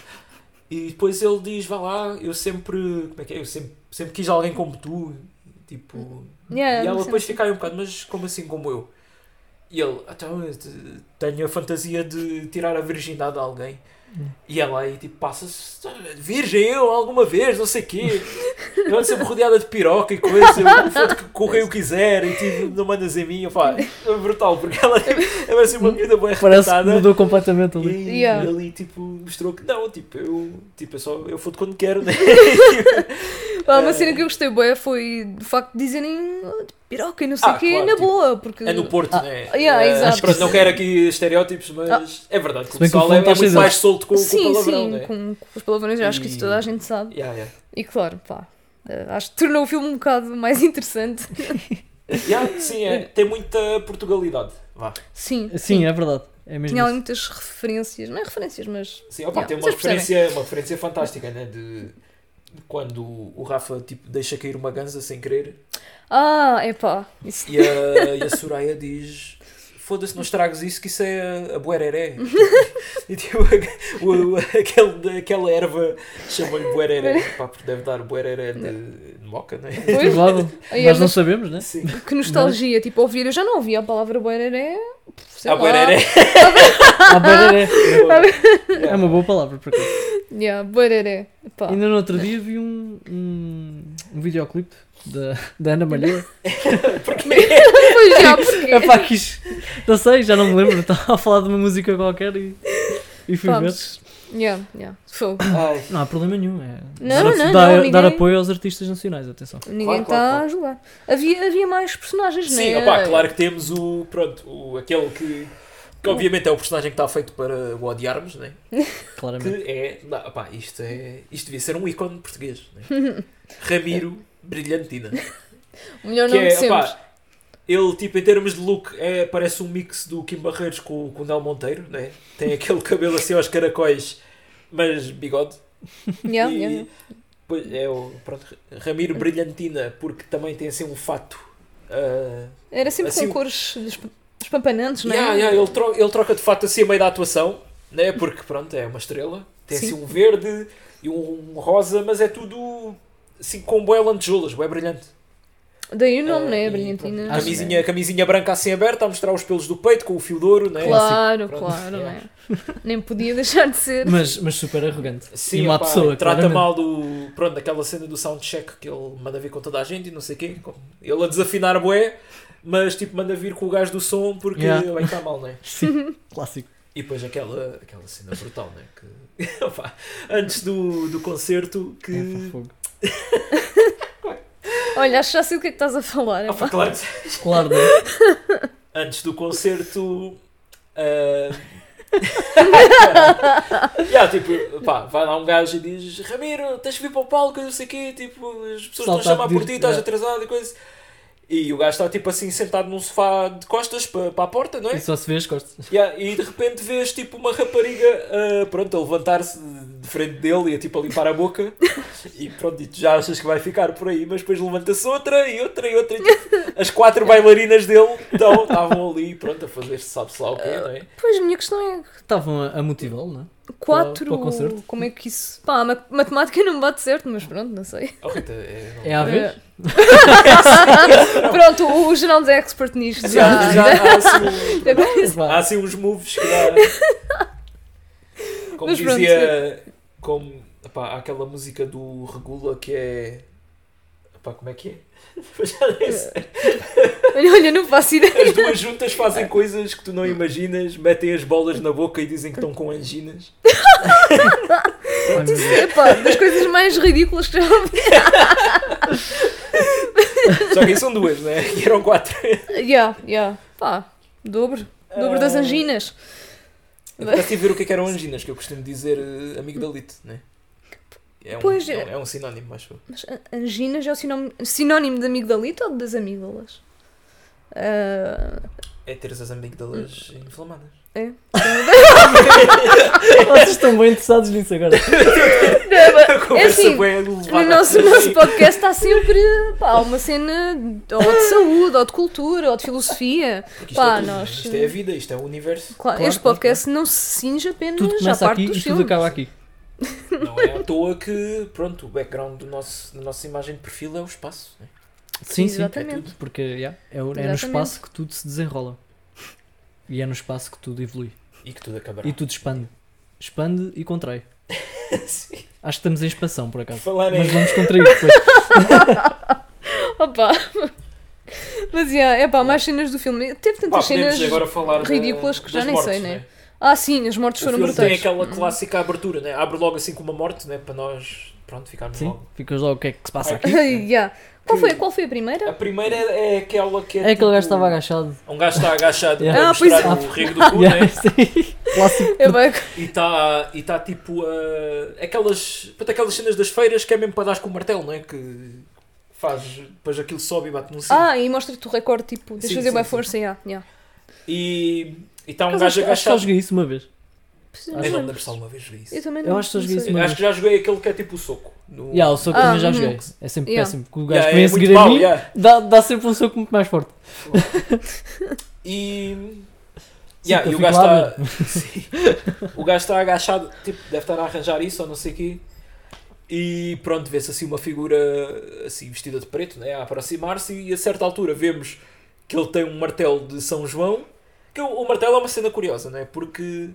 Speaker 2: E depois ele diz, vá lá, eu sempre, como é que é, eu sempre, sempre quis alguém como tu, tipo...
Speaker 1: Yeah,
Speaker 2: e ela
Speaker 1: sim.
Speaker 2: depois fica aí um bocado, mas como assim como eu? E ele, então, eu te- tenho a fantasia de tirar a virgindade a alguém.
Speaker 3: Hum.
Speaker 2: E ela aí, tipo, passa-se, virgem eu alguma vez, não sei o quê. Eu ando sempre rodeada de piroca e coisa, eu foto que correr eu quiser e tipo, não mandas em mim. Pá, é brutal, porque ela é é assim uma miúda bem
Speaker 3: Parece que
Speaker 2: arrebentada.
Speaker 3: mudou completamente
Speaker 2: E
Speaker 3: ali.
Speaker 2: aí,
Speaker 1: Yeah.
Speaker 2: ele tipo, mostrou que não, tipo, eu, tipo, eu só, eu foto quando quero, né?
Speaker 1: Ah, uma
Speaker 2: É.
Speaker 1: cena que eu gostei bem foi de facto dizerem ah, piroca e não sei o
Speaker 2: Ah,
Speaker 1: quê,
Speaker 2: claro,
Speaker 1: na
Speaker 2: tipo,
Speaker 1: boa, porque.
Speaker 2: É no Porto,
Speaker 3: Ah,
Speaker 2: né?
Speaker 1: yeah,
Speaker 2: Eh,
Speaker 1: exato. Ah.
Speaker 2: pronto,
Speaker 3: Acho
Speaker 2: não
Speaker 3: que-
Speaker 2: quero aqui estereótipos, mas é verdade que
Speaker 3: Se
Speaker 2: o
Speaker 3: bem que o
Speaker 2: pessoal é,
Speaker 3: fundo
Speaker 2: é
Speaker 3: está
Speaker 2: muito
Speaker 3: cheio
Speaker 2: mais solto com, com
Speaker 1: sim,
Speaker 2: o palavrão,
Speaker 1: sim,
Speaker 2: né?
Speaker 1: com, com os palavrões, eu acho que isso
Speaker 2: E-
Speaker 1: toda a gente sabe.
Speaker 2: Yeah, yeah.
Speaker 1: E claro, pá, ah, acho que tornou o filme um bocado mais interessante.
Speaker 2: Yeah, sim, é. tem muita Portugalidade. Vá.
Speaker 1: Sim,
Speaker 3: Sim, é verdade. É mesmo.
Speaker 1: tinha ali
Speaker 3: Isso.
Speaker 1: muitas referências, não é referências, mas
Speaker 2: Sim, opa,
Speaker 1: Yeah,
Speaker 2: tem uma
Speaker 1: vocês percebem.
Speaker 2: referência, uma referência fantástica, né? De de quando o Rafa tipo, deixa cair uma ganza sem querer
Speaker 1: Ah, epá. Isso...
Speaker 2: e a, e a Soraya diz. Foda-se, não estragas isso, que isso é a- a buereré. e tipo, o, o- aquele, aquela erva chama-lhe buereré. Pá, porque deve dar buereré de, de moca, não é?
Speaker 1: Pois,
Speaker 3: Provável.
Speaker 1: Ai,
Speaker 3: Nós não
Speaker 1: mas
Speaker 3: sabemos, né?
Speaker 2: Sim.
Speaker 1: que nostalgia, tipo, ouvir, eu já não ouvia a palavra boereré. sei
Speaker 2: A
Speaker 1: lá.
Speaker 2: buereré.
Speaker 3: Ah, bararé. É
Speaker 2: Yeah.
Speaker 3: uma boa palavra, por acaso.
Speaker 1: Yeah, boereré. Epá.
Speaker 3: Ainda no outro dia vi um, um, um videoclipe da, da Ana Malheira.
Speaker 1: Pois já, porque...
Speaker 3: É pá, quis. Não sei, já não me lembro. Estava a falar de uma música qualquer e, e fui
Speaker 1: Pá,
Speaker 3: ver.
Speaker 1: Yeah, yeah. Fogo.
Speaker 2: Ai,
Speaker 3: Não há problema nenhum. É
Speaker 1: Não, não,
Speaker 3: dar, dar,
Speaker 1: não,
Speaker 3: dar
Speaker 1: ninguém-
Speaker 3: apoio aos artistas nacionais, atenção.
Speaker 1: Ninguém
Speaker 2: claro,
Speaker 1: está
Speaker 2: claro.
Speaker 1: a julgar. Havia, havia mais personagens, não
Speaker 2: Sim,
Speaker 1: é?
Speaker 2: opá, claro que temos o. Pronto, o, aquele que. Que obviamente é o personagem que está feito para o odiarmos, né?
Speaker 3: Claramente.
Speaker 2: Que é. Não, opá, isto é. Isto devia ser um ícone português, né? Ramiro Brilhantina.
Speaker 1: O melhor
Speaker 2: Que
Speaker 1: nome de
Speaker 2: é,
Speaker 1: sempre.
Speaker 2: opá, ele, tipo, em termos de look, é, parece um mix do Kim Barreiros com, com o Nel Monteiro, né? Tem aquele cabelo assim aos caracóis, mas bigode.
Speaker 1: Yeah,
Speaker 2: e,
Speaker 1: yeah, yeah.
Speaker 2: Pois é, o, pronto, Ramiro Brilhantina, porque também tem assim um fato. ah,
Speaker 1: Era sempre
Speaker 2: assim,
Speaker 1: com cores desp- despampanantes, não é?
Speaker 2: Yeah, yeah, ele, troca, ele troca de fato assim a meio da atuação, né? porque pronto, é uma estrela. Tem
Speaker 1: Sim.
Speaker 2: assim um verde e um rosa, mas é tudo assim com boé lantejoulas, boé brilhante.
Speaker 1: Daí o nome,
Speaker 2: Eh,
Speaker 1: não é?
Speaker 2: e,
Speaker 1: Brilhantina.
Speaker 2: pronto,
Speaker 3: Acho
Speaker 2: Camisinha, camisinha branca assim aberta, a mostrar os pelos do peito com o fio de ouro, né?
Speaker 1: Claro,
Speaker 2: Pronto,
Speaker 1: claro, não é?
Speaker 2: yeah.
Speaker 1: Nem podia deixar de ser.
Speaker 3: Mas, mas super arrogante.
Speaker 2: Sim,
Speaker 3: e uma
Speaker 2: opá,
Speaker 3: pessoa,
Speaker 2: trata
Speaker 3: claramente.
Speaker 2: mal do. Pronto, daquela cena do soundcheck que ele manda vir com toda a gente e não sei o quê. com- Ele a desafinar boé, mas tipo manda vir com o gajo do som porque
Speaker 3: Yeah.
Speaker 2: vai estar mal, né?
Speaker 3: Sim, clássico.
Speaker 2: E depois aquela, aquela cena brutal, né? Que, opá, antes do, do concerto,
Speaker 3: É, pá,
Speaker 2: que.
Speaker 3: fogo.
Speaker 1: Olha, acho que já sei do que é que estás a falar.
Speaker 2: Opá,
Speaker 1: epá.
Speaker 2: claro,
Speaker 3: Claro, não é?
Speaker 2: antes do concerto. yeah, tipo, pá, vai lá um gajo e diz: Ramiro, tens de vir para o palco, não sei o quê. Tipo, as pessoas estão a
Speaker 3: Saltar
Speaker 2: chamar
Speaker 3: de-
Speaker 2: por ti, estás
Speaker 3: yeah.
Speaker 2: atrasado e coisa. E o gajo está tipo assim sentado num sofá de costas para, para a porta, não é?
Speaker 3: E só se vê as costas.
Speaker 2: Yeah, e de repente vês tipo uma rapariga ah, pronto, a levantar-se de de frente dele e a, tipo, a limpar a boca e pronto, e tu já achas que vai ficar por aí, mas depois levanta-se outra e outra e outra e tipo, as quatro bailarinas dele então, estavam ali pronto, a fazer sabe-se lá o quê, não é?
Speaker 1: Pois, a minha questão é
Speaker 3: Estavam a, a motivá-lo, não é?
Speaker 1: quatro.
Speaker 3: Para o- para o concerto.
Speaker 1: Como é que isso. Pá, a ma- matemática não bate certo, mas pronto, não sei.
Speaker 2: Oh, Rita, é- não-
Speaker 3: É à vez?
Speaker 1: É. pronto, o, o Geraldo é expert nisto.
Speaker 2: Assim, há-
Speaker 1: Já.
Speaker 2: já há, assim, um- há
Speaker 3: Vá.
Speaker 2: assim uns moves que dá como
Speaker 1: Mas pronto,
Speaker 2: dizia como, epá, há aquela música do Regula que é epá, como é que é? já nem sei.
Speaker 1: Olha, olha, não faço ideia.
Speaker 2: As duas juntas fazem coisas que tu não imaginas, metem as bolas na boca e dizem que estão com anginas.
Speaker 3: Ai, meu Deus.
Speaker 1: Epá, das coisas mais ridículas que já ouvi.
Speaker 2: Só que aí são duas, né? E eram quatro.
Speaker 1: Yeah, yeah. Pá, dobro. Dobro das
Speaker 2: Ah,
Speaker 1: anginas.
Speaker 2: Eu Ficaste a ver o que, é que eram anginas, que eu costumo dizer eh, amigdalite, né? É um,
Speaker 1: Pois é.
Speaker 2: é. um, é um sinónimo, acho eu.
Speaker 1: Mas a- anginas é o sinónimo, sinónimo de amigdalita ou das amígdalas? Ah,
Speaker 2: É ter as amígdalas inflamadas.
Speaker 1: É.
Speaker 3: é Vocês estão bem interessados nisso agora.
Speaker 1: É assim,
Speaker 2: bué
Speaker 1: no
Speaker 2: elevada.
Speaker 1: nosso, nosso podcast está sempre pá, uma cena ou de saúde, ou de cultura, ou de filosofia.
Speaker 2: Porque isto,
Speaker 1: Pá,
Speaker 2: é tudo,
Speaker 1: nós-
Speaker 2: isto é a vida, isto é o universo.
Speaker 1: Claro,
Speaker 3: Claro,
Speaker 1: este
Speaker 3: claro,
Speaker 1: podcast não se cinge apenas
Speaker 3: Tudo
Speaker 1: à
Speaker 3: começa
Speaker 1: parte
Speaker 3: aqui
Speaker 1: dos
Speaker 3: e tudo
Speaker 1: filmes.
Speaker 3: acaba aqui.
Speaker 2: Não é à toa que, pronto, o background do nosso, da nossa imagem de perfil é o espaço. né?
Speaker 3: Sim, sim.
Speaker 2: É
Speaker 1: Exatamente.
Speaker 2: tudo.
Speaker 3: Porque yeah, é, o- é no
Speaker 1: Exatamente.
Speaker 3: espaço que tudo se desenrola. E é no espaço que tudo evolui.
Speaker 2: E que tudo acabará.
Speaker 3: E tudo expande. Expande e contrai.
Speaker 2: Sim.
Speaker 3: Acho que estamos em expansão, por acaso.
Speaker 2: Falar em
Speaker 3: Mas vamos contrair depois.
Speaker 1: Opa. Mas yeah, é pá, mais cenas do filme. Teve
Speaker 2: Pá,
Speaker 1: tantas
Speaker 2: podemos
Speaker 1: cenas.
Speaker 2: agora falar da-
Speaker 1: ridículas que já
Speaker 2: das
Speaker 1: nem
Speaker 2: mortes,
Speaker 1: sei, né?
Speaker 2: né?
Speaker 1: Ah, sim, as mortes
Speaker 2: O
Speaker 1: foram
Speaker 2: filme tem
Speaker 1: brutais.
Speaker 2: aquela clássica abertura, né? Abre logo assim com uma morte, né? Para nós, pronto, ficarmos
Speaker 3: Sim,
Speaker 2: logo.
Speaker 3: ficas logo o que é que se passa aqui.
Speaker 1: yeah. qual,
Speaker 2: Que-
Speaker 1: foi, qual foi a primeira?
Speaker 2: A primeira é é aquela que é.
Speaker 3: É aquele
Speaker 2: tipo-
Speaker 3: gajo que estava agachado.
Speaker 2: Um gajo está agachado
Speaker 3: Yeah.
Speaker 2: para
Speaker 1: Ah, pois
Speaker 2: mostrar
Speaker 3: é.
Speaker 2: o rego do cu,
Speaker 3: Yeah,
Speaker 2: né?
Speaker 3: sim. Clássico.
Speaker 1: É bem-
Speaker 2: E está e tá, tipo a- aquelas, pronto, aquelas cenas das feiras que é mesmo para dar com o martelo, não é? Que faz, depois aquilo sobe e bate num sítio.
Speaker 1: Ah, e mostra-te o recorde, tipo, deixa
Speaker 2: Sim,
Speaker 1: eu fazer
Speaker 2: sim,
Speaker 1: uma
Speaker 2: sim.
Speaker 1: força, yeah, yeah.
Speaker 2: E está um
Speaker 3: Mas
Speaker 2: gajo
Speaker 3: Acho acho que só
Speaker 2: agachado.
Speaker 3: joguei isso uma vez.
Speaker 1: Eu não
Speaker 2: é, Eu não
Speaker 1: lembro.
Speaker 2: lembro só uma vez joguei isso.
Speaker 1: Eu também
Speaker 3: Eu
Speaker 1: não
Speaker 3: acho que
Speaker 1: não
Speaker 3: só vi
Speaker 1: sei.
Speaker 3: isso, mas-
Speaker 2: Acho que já joguei aquele que é tipo o soco. No...
Speaker 3: Yeah, o soco
Speaker 1: Ah,
Speaker 3: também já
Speaker 1: uhum.
Speaker 3: joguei. É sempre
Speaker 1: Yeah.
Speaker 3: péssimo. Porque o gajo
Speaker 2: Yeah,
Speaker 3: que vem a
Speaker 2: é muito
Speaker 3: seguir a
Speaker 2: mau,
Speaker 3: mim
Speaker 2: yeah.
Speaker 3: dá, dá sempre um soco muito mais forte.
Speaker 2: E.
Speaker 3: Sim,
Speaker 2: Yeah,
Speaker 3: eu
Speaker 2: e o
Speaker 3: fico
Speaker 2: gajo
Speaker 3: lá
Speaker 2: está. Sim. O gajo está agachado, tipo, deve estar a arranjar isso ou não sei o quê. E pronto, vê-se assim uma figura assim vestida de preto, né, a aproximar-se e a certa altura vemos que ele tem um martelo de São João. Que o, o martelo é uma cena curiosa, né? Porque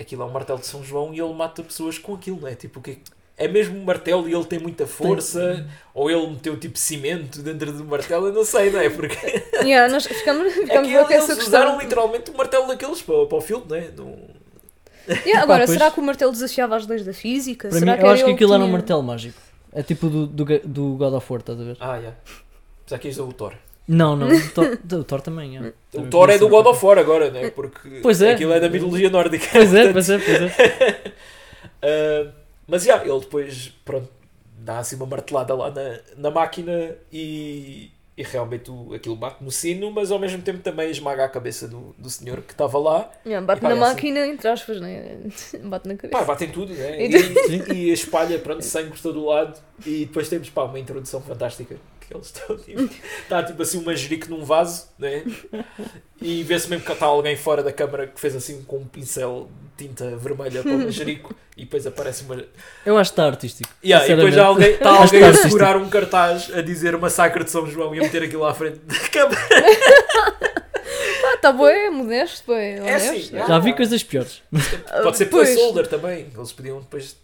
Speaker 2: aquilo é um martelo de São João e ele mata pessoas com aquilo, né? Tipo, o que é mesmo um martelo e ele tem muita força, ou ele meteu tipo cimento dentro do martelo, eu não sei, não é? Porque
Speaker 1: Yeah, nós ficamos,
Speaker 2: é
Speaker 1: ficamos
Speaker 2: que
Speaker 1: com
Speaker 2: eles
Speaker 1: essa
Speaker 2: usaram
Speaker 1: questão.
Speaker 2: literalmente o martelo daqueles para, para o filme, não é? Não-
Speaker 1: Yeah, agora,
Speaker 3: Pá, pois.
Speaker 1: será que o martelo desafiava as leis da física?
Speaker 3: Para mim,
Speaker 1: será
Speaker 3: eu acho que
Speaker 1: ele
Speaker 3: aquilo era um
Speaker 1: tinha-
Speaker 3: martelo mágico. É tipo do, do, ga- do God of War, estás a ver?
Speaker 2: Ah, já. Apesar que este é o Thor.
Speaker 3: Não, não. O Thor, o Thor também, é.
Speaker 2: o
Speaker 3: Também
Speaker 2: Thor é
Speaker 3: podia
Speaker 2: do
Speaker 3: ser.
Speaker 2: God of War agora, não é? Porque
Speaker 3: Pois é.
Speaker 2: aquilo é da mitologia nórdica.
Speaker 3: Pois é, pois é, pois é.
Speaker 2: Ah, mas já, ele depois, pronto, dá assim uma martelada lá na, na máquina e, e realmente o, aquilo bate no sino, mas ao mesmo tempo também esmaga a cabeça do, do senhor que estava lá.
Speaker 1: Yeah, bate
Speaker 2: E pá,
Speaker 1: na
Speaker 2: é assim.
Speaker 1: máquina, entre aspas, né? Bate na cabeça.
Speaker 2: Pá, batem tudo, né?
Speaker 1: Então-
Speaker 2: E, e espalha, pronto, sangue por todo o lado. E depois temos, pá, uma introdução fantástica. Que eles estão, tipo, está tipo assim um manjerico num vaso, né? E vê-se mesmo que está alguém fora da câmara que fez assim com um pincel de tinta vermelha para o manjerico. E depois aparece uma.
Speaker 3: Eu acho que está artístico.
Speaker 2: Yeah, e depois
Speaker 3: Sinceramente.
Speaker 2: há alguém, está
Speaker 3: Acho
Speaker 2: alguém
Speaker 3: que
Speaker 2: a
Speaker 3: artístico.
Speaker 2: segurar um cartaz a dizer massacre de São João e a meter aquilo à frente da câmara.
Speaker 1: Ah, tá bom, é modesto, pô, é
Speaker 2: É assim,
Speaker 1: honesto. Ah,
Speaker 2: Ah.
Speaker 3: Já vi coisas piores. Ah,
Speaker 2: Pode ser
Speaker 1: Pois.
Speaker 2: placeholder também. Eles podiam depois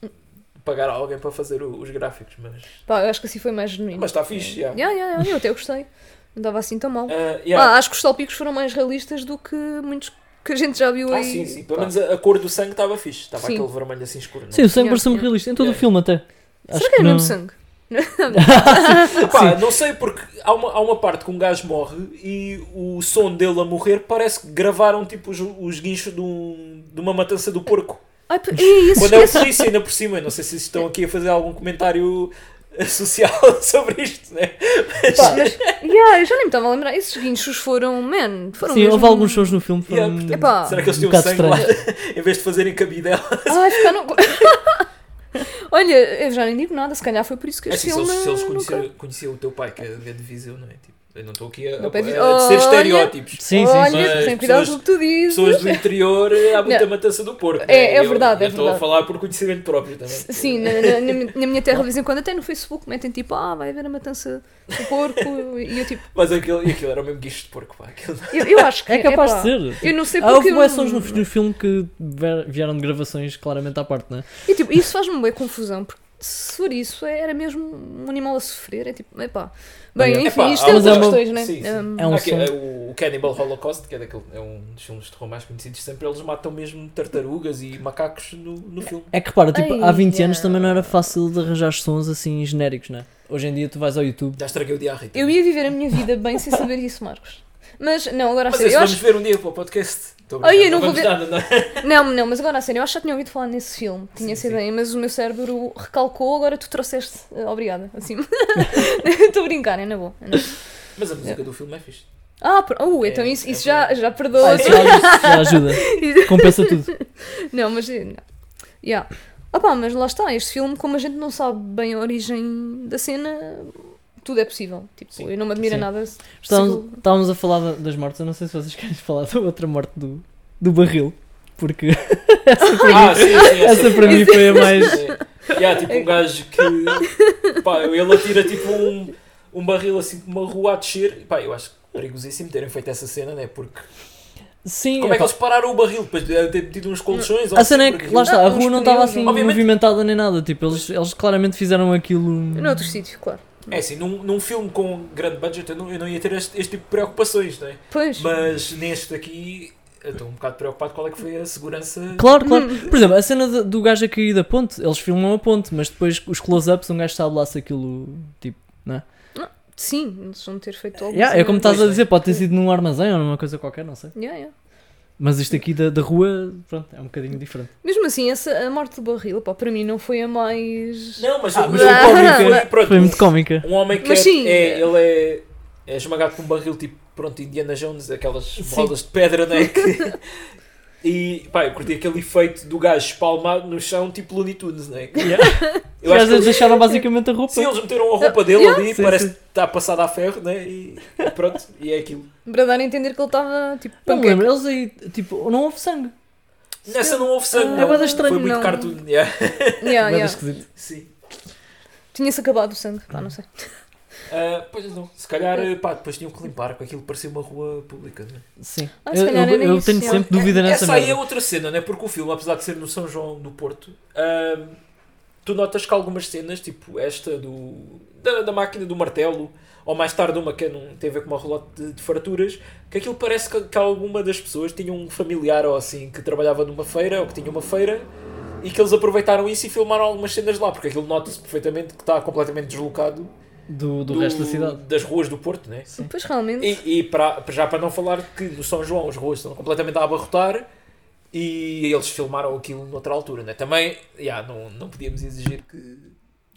Speaker 2: pagar a alguém para fazer o- os gráficos, mas.
Speaker 1: Pá, eu acho que assim foi mais genuíno.
Speaker 2: Mas está fixe, já.
Speaker 1: Yeah, yeah, yeah, eu até gostei. Não dava assim tão mal.
Speaker 2: Ah, yeah.
Speaker 1: Pá, acho que os salpicos foram mais realistas do que muitos que a gente já viu
Speaker 2: Ah,
Speaker 1: aí.
Speaker 2: sim, sim. Pelo
Speaker 1: Pá.
Speaker 2: menos a, a cor do sangue estava fixe. Estava
Speaker 1: Sim.
Speaker 2: aquele vermelho assim escuro. Não?
Speaker 3: Sim, o sangue
Speaker 1: Yeah,
Speaker 3: pareceu-me
Speaker 1: yeah.
Speaker 3: realista em todo o
Speaker 2: Yeah.
Speaker 3: filme até. Acho
Speaker 1: Será que é
Speaker 3: que
Speaker 1: mesmo
Speaker 3: não.
Speaker 1: sangue?
Speaker 2: Ah, pá, não sei porque há uma, há uma parte que um gajo morre e o som dele a morrer parece que gravaram tipo os, os guinchos de, um- de uma matança do porco.
Speaker 1: Ai, pá, é isso,
Speaker 2: Quando é o
Speaker 1: esquece.
Speaker 2: polícia ainda por cima. Eu Não sei se estão aqui a fazer algum comentário social sobre isto, né?
Speaker 1: Pá, mas, yeah, eu já nem me estava a lembrar. Esses guinchos foram, man, foram
Speaker 3: Sim,
Speaker 1: mesmo...
Speaker 3: houve alguns sons no filme que
Speaker 2: Yeah,
Speaker 3: foram
Speaker 2: portanto,
Speaker 1: Epá.
Speaker 2: Será que eles
Speaker 3: um
Speaker 2: tinham
Speaker 3: bocado
Speaker 2: sangue lá em vez de fazerem cabidela?
Speaker 1: Ai, ficaram... Olha, eu já nem digo nada, se calhar foi por isso que
Speaker 2: É
Speaker 1: este
Speaker 2: assim, se
Speaker 1: filme...
Speaker 2: eles, se eles
Speaker 1: nunca-
Speaker 2: conhecerem- conheciam o teu pai, que é de Viseu, não é? Tipo, eu não estou aqui a, a,
Speaker 1: Meu pai é de-
Speaker 2: a
Speaker 1: Olha.
Speaker 2: dizer estereótipos.
Speaker 3: Sim, sim, sim.
Speaker 1: Olha,
Speaker 2: Mas
Speaker 1: tem cuidado
Speaker 2: pessoas-
Speaker 1: do que tu dizes.
Speaker 2: pessoas do interior eh, há muita matança do porco.
Speaker 1: É-
Speaker 2: né?
Speaker 1: é
Speaker 2: Eu-
Speaker 1: verdade,
Speaker 2: eu
Speaker 1: é
Speaker 2: estou a
Speaker 1: verdade.
Speaker 2: falar por conhecimento próprio também.
Speaker 1: Sim, na, na- na minha- na minha terra de vez em quando, até no Facebook, metem tipo, ah, vai haver a matança do porco, e eu tipo,
Speaker 2: Mas aquilo, e aquilo era o mesmo guicho de porco, pá. Aquilo...
Speaker 1: eu, eu acho que
Speaker 3: É capaz
Speaker 1: epá,
Speaker 3: de ser.
Speaker 1: Eu não sei
Speaker 3: Ah,
Speaker 1: porque.
Speaker 3: houve
Speaker 1: eu
Speaker 3: bué
Speaker 1: não-
Speaker 3: sons no, no filme que ver- vieram de gravações claramente à parte, não é?
Speaker 1: E tipo, isso faz-me bem confusão, porque se for isso, é- era mesmo um animal a sofrer, é tipo, epá. Bem,
Speaker 3: Olha,
Speaker 1: enfim,
Speaker 2: epá, um
Speaker 1: isto é outras
Speaker 3: mas é uma-
Speaker 1: questões, né?
Speaker 2: Sim, sim.
Speaker 1: Um,
Speaker 3: É um
Speaker 2: Ah, que-
Speaker 3: som.
Speaker 2: é o, o Cannibal Holocaust, que é, daquele, é um dos filmes de terror mais conhecidos sempre, eles matam mesmo tartarugas e macacos no, no filme.
Speaker 3: É que repara, tipo,
Speaker 1: Ai,
Speaker 3: há 20
Speaker 1: yeah.
Speaker 3: anos também não era fácil de arranjar sons assim genéricos, não é? Hoje em dia tu vais ao YouTube.
Speaker 2: Já estraguei o dia à Rita.
Speaker 1: Eu ia viver a minha vida bem sem saber isso, Marcos. Mas, não, agora a
Speaker 2: Mas
Speaker 1: sério, assim,
Speaker 2: esse
Speaker 1: eu
Speaker 2: vamos
Speaker 1: acho.
Speaker 2: ver um dia para o podcast. Tô
Speaker 1: Ai,
Speaker 2: brincando,
Speaker 1: eu não vou
Speaker 2: vamos
Speaker 1: ver-
Speaker 2: nada, não.
Speaker 1: Não, não, mas agora a sério, eu acho que já tinha ouvido falar nesse filme, tinha
Speaker 2: Sim,
Speaker 1: essa
Speaker 2: sim.
Speaker 1: ideia, mas o meu cérebro recalcou, agora tu trouxeste. eh, Obrigada, assim. Estou a brincar, é na boa. é na boa.
Speaker 2: Mas a música do filme é fixe.
Speaker 1: Ah, por... uh, então
Speaker 2: É,
Speaker 1: isso,
Speaker 2: é
Speaker 1: isso já, já perdoa.
Speaker 3: Ah, isso já, isso já ajuda. Compensa tudo.
Speaker 1: Não, mas. eh, Não. Yeah. Opa, mas lá está, este filme, como a gente não sabe bem a origem da cena, tudo é possível. Tipo,
Speaker 2: Sim.
Speaker 1: eu não me admira
Speaker 3: Sim.
Speaker 1: nada. se-
Speaker 3: Estávamos, estávamos a falar da- das mortes. Eu não sei se vocês querem falar da outra morte do, do barril. Porque essa para mim,
Speaker 2: Ah, sim, sim, essa,
Speaker 3: essa para mim foi a mais.
Speaker 2: sim. Yeah, tipo um gajo que. Pá, ele atira tipo um, um barril assim por uma rua a descer. Pá, eu acho perigosíssimo terem feito essa cena, né? Porque.
Speaker 3: Sim,
Speaker 2: Como é que
Speaker 3: epá,
Speaker 2: eles pararam o barril? Depois de ter metido uns colchões? ou
Speaker 3: a cena é
Speaker 2: assim,
Speaker 3: que
Speaker 2: porque
Speaker 3: lá está,
Speaker 1: Não,
Speaker 3: a rua
Speaker 1: uns
Speaker 3: não estava
Speaker 1: pneus,
Speaker 3: assim
Speaker 2: obviamente.
Speaker 3: movimentada nem nada. Tipo, eles, eles claramente fizeram aquilo.
Speaker 1: Noutro sítio, claro.
Speaker 2: É assim, num, num filme com grande budget eu não, eu não ia ter este, este tipo de preocupações, não é?
Speaker 1: Pois.
Speaker 2: Mas neste aqui eu estou um bocado preocupado qual é que foi a segurança.
Speaker 3: Claro, claro. Por exemplo, a cena do, do gajo a cair da ponte, eles filmam a ponte, mas depois os close-ups, um gajo sabe lá se aquilo. Tipo,
Speaker 1: Sim, eles vão ter feito algo.
Speaker 3: yeah, é como estás a
Speaker 2: pois
Speaker 3: dizer, pode ter sido num armazém ou numa coisa qualquer, não sei.
Speaker 1: Yeah, yeah.
Speaker 3: Mas isto aqui da, da rua, pronto, é um bocadinho diferente.
Speaker 1: Mesmo assim, essa, a morte do barril, pá, para mim não foi a mais.
Speaker 2: Não, mas,
Speaker 3: Ah,
Speaker 2: o-
Speaker 3: mas
Speaker 2: o-
Speaker 1: foi
Speaker 3: cómica.
Speaker 2: pronto,
Speaker 3: Foi muito cómica.
Speaker 2: Um homem que é,
Speaker 1: Mas sim.
Speaker 2: é- ele é, é esmagado por um barril tipo, pronto, Indiana Jones, aquelas bolas de pedra, não é? Que- E pá, eu curti aquele efeito do gajo espalmado no chão, tipo Looney Tunes, não é? Que-
Speaker 3: Os
Speaker 2: Eu acho que
Speaker 3: gajos
Speaker 2: eles,
Speaker 3: deixaram basicamente a roupa.
Speaker 2: sim, eles meteram a roupa dele ali,
Speaker 3: Sim,
Speaker 2: parece
Speaker 3: sim.
Speaker 2: que está passada a ferro, né? E pronto, e é aquilo.
Speaker 1: Para dar a entender que ele estava tipo.
Speaker 3: Não me
Speaker 1: panqueca.
Speaker 3: lembro, eles aí, tipo, não houve sangue.
Speaker 2: Nessa não houve sangue,
Speaker 1: Ah,
Speaker 2: não.
Speaker 1: é bué
Speaker 2: foi
Speaker 1: estranho,
Speaker 2: muito
Speaker 1: não.
Speaker 2: cartoon. yeah.
Speaker 1: Ah, Yeah,
Speaker 3: Nada
Speaker 1: yeah.
Speaker 3: esquisito.
Speaker 2: Sim.
Speaker 1: Tinha-se acabado o sangue, pá, não sei.
Speaker 2: Ah, pois não, se calhar pá, depois tinham que limpar, com aquilo parecia uma rua pública. Né?
Speaker 3: Sim.
Speaker 1: Ah, se
Speaker 3: eu
Speaker 1: calhar
Speaker 3: eu-
Speaker 1: era
Speaker 3: eu
Speaker 1: isso,
Speaker 3: tenho
Speaker 1: sim.
Speaker 3: sempre dúvida nessa
Speaker 2: Essa aí é
Speaker 3: merda.
Speaker 2: outra cena, né? porque o filme, apesar de ser no São João do Porto, ah, tu notas que algumas cenas, tipo esta do da, da máquina do martelo, ou mais tarde uma que não tem a ver com uma relote de, de farturas, que aquilo parece que, que alguma das pessoas tinha um familiar ou assim que trabalhava numa feira ou que tinha uma feira. E que eles aproveitaram isso e filmaram algumas cenas lá, porque aquilo nota-se perfeitamente que está completamente deslocado
Speaker 3: Do, do resto da cidade.
Speaker 2: das ruas do Porto, né?
Speaker 1: Pois realmente.
Speaker 2: E, e para, já para não falar que no São João os ruas estão completamente a abarrotar e eles filmaram aquilo noutra altura, né? Também, já, não, não podíamos exigir que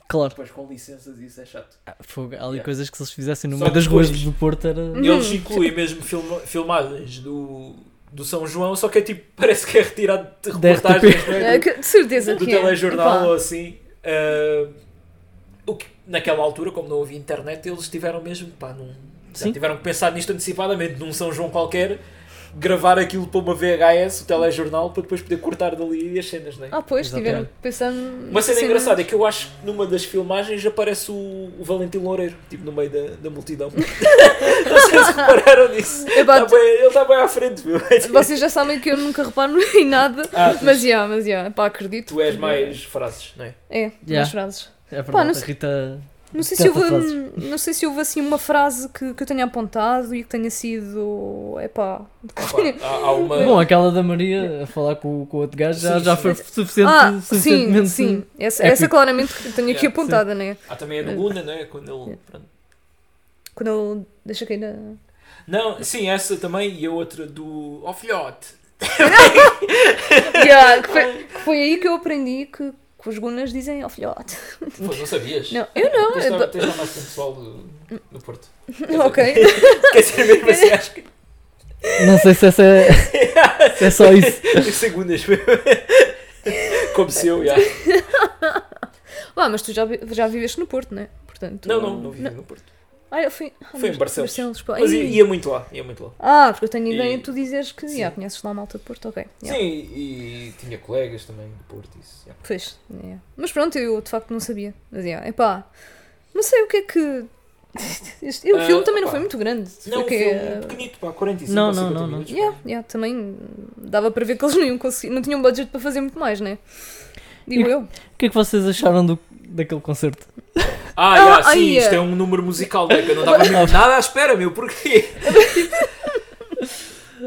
Speaker 3: Claro.
Speaker 2: depois com licenças isso é chato.
Speaker 3: Ah, Fogo, há ali
Speaker 2: Yeah.
Speaker 3: coisas que se eles fizessem no
Speaker 2: Só
Speaker 3: meio das
Speaker 2: depois.
Speaker 3: ruas do Porto era.
Speaker 1: Hum.
Speaker 2: Eles incluem mesmo filma- filmagens do, do São João, só que é tipo, parece que é retirado de
Speaker 3: Da
Speaker 2: reportagens não é?
Speaker 1: É, que- de certeza
Speaker 2: do, do
Speaker 1: que é.
Speaker 2: telejornal
Speaker 1: Epá.
Speaker 2: ou assim. Ah, o que, naquela altura, como não havia internet, eles tiveram mesmo, pá, num, já
Speaker 3: Sim.
Speaker 2: tiveram que pensar nisto antecipadamente, num São João qualquer, gravar aquilo para uma VHS, o telejornal, para depois poder cortar dali as cenas, né?
Speaker 1: Ah, pois,
Speaker 3: Exatamente.
Speaker 1: tiveram que pensar numa
Speaker 2: Uma cena engraçada é que eu acho que numa das filmagens aparece o, o Valentim Loureiro, tipo no meio da, da multidão. Não sei se repararam nisso.
Speaker 1: Epá,
Speaker 2: Tá bem- ele está bem à frente, meu.
Speaker 1: Vocês já sabem que eu nunca reparo em nada,
Speaker 2: Ah, pois.
Speaker 1: mas já, mas já, pá, acredito.
Speaker 2: Tu és mais frases, não é?
Speaker 1: É,
Speaker 3: Yeah.
Speaker 1: mais frases.
Speaker 3: É verdade,
Speaker 1: Pá, não
Speaker 3: a
Speaker 1: sei-
Speaker 3: Rita.
Speaker 1: Não sei, se
Speaker 3: Tanta
Speaker 1: houve, um-
Speaker 3: frases.
Speaker 1: não sei se houve assim uma frase que, que eu tenha apontado e que tenha sido. É pá.
Speaker 2: Opa, há, há uma.
Speaker 3: Bom, aquela da Maria a falar com, com o outro gajo já,
Speaker 2: Sim,
Speaker 3: já
Speaker 2: sim.
Speaker 3: foi suficiente,
Speaker 1: Ah, sim,
Speaker 3: suficientemente.
Speaker 1: sim. Essa,
Speaker 3: épico.
Speaker 1: essa claramente que eu tenho aqui
Speaker 2: Yeah,
Speaker 1: apontada, né?
Speaker 2: Há também a do Luna, não é? Quando ele. pronto.
Speaker 1: Quando eu deixo cair na.
Speaker 2: Não, sim, essa também e a outra do. Oh filhote!
Speaker 1: Yeah, que, foi, que foi aí que eu aprendi que, que os gunas dizem ó filhote.
Speaker 2: Pô, não sabias?
Speaker 1: Não, eu não.
Speaker 2: Tens de
Speaker 1: eu-
Speaker 2: estar- tens de estar mais com o pessoal do, do Porto.
Speaker 1: ok.
Speaker 2: Quer dizer mesmo assim, acho que.
Speaker 3: Não sei se essa é, se é só isso.
Speaker 2: Segundas. Como se eu, já.
Speaker 1: Ah, mas tu já, vi- já viveste no Porto, né? Portanto,
Speaker 2: Não, não, não vivi no Porto.
Speaker 1: Ah, eu fui. Ah,
Speaker 2: Foi em
Speaker 1: mas-
Speaker 2: Barcelos.
Speaker 1: pá.
Speaker 2: Mas ia,
Speaker 1: Ih.
Speaker 2: ia muito lá, ia muito lá.
Speaker 1: Ah, porque eu tenho
Speaker 2: E-
Speaker 1: ideia de tu dizeres que
Speaker 2: Sim.
Speaker 1: já conheces lá a malta de Porto, ok. já.
Speaker 2: Sim, e, e tinha colegas também do Porto, isso. já.
Speaker 1: Pois, já. mas pronto, eu de facto não sabia. Mas já, epá, não sei o que é que. Este, o
Speaker 2: Ah,
Speaker 1: filme também não
Speaker 2: opá.
Speaker 1: foi é- muito grande.
Speaker 2: Não,
Speaker 1: porque,
Speaker 2: foi um pequenito, pá, 45 ou
Speaker 3: Não, não,
Speaker 2: 50
Speaker 3: não, não.
Speaker 2: minutos.
Speaker 1: já, já, eh, também hum, dava para ver que eles não, iam conseguir, não tinham budget para fazer muito mais, né? Digo
Speaker 3: E-
Speaker 1: eu.
Speaker 3: O que é que vocês acharam do, daquele concerto?
Speaker 2: Ah,
Speaker 1: Ah,
Speaker 2: já, sim,
Speaker 1: ai,
Speaker 2: isto
Speaker 1: é.
Speaker 2: é um número musical, né? Que eu não estava mesmo nada à espera, meu, porquê?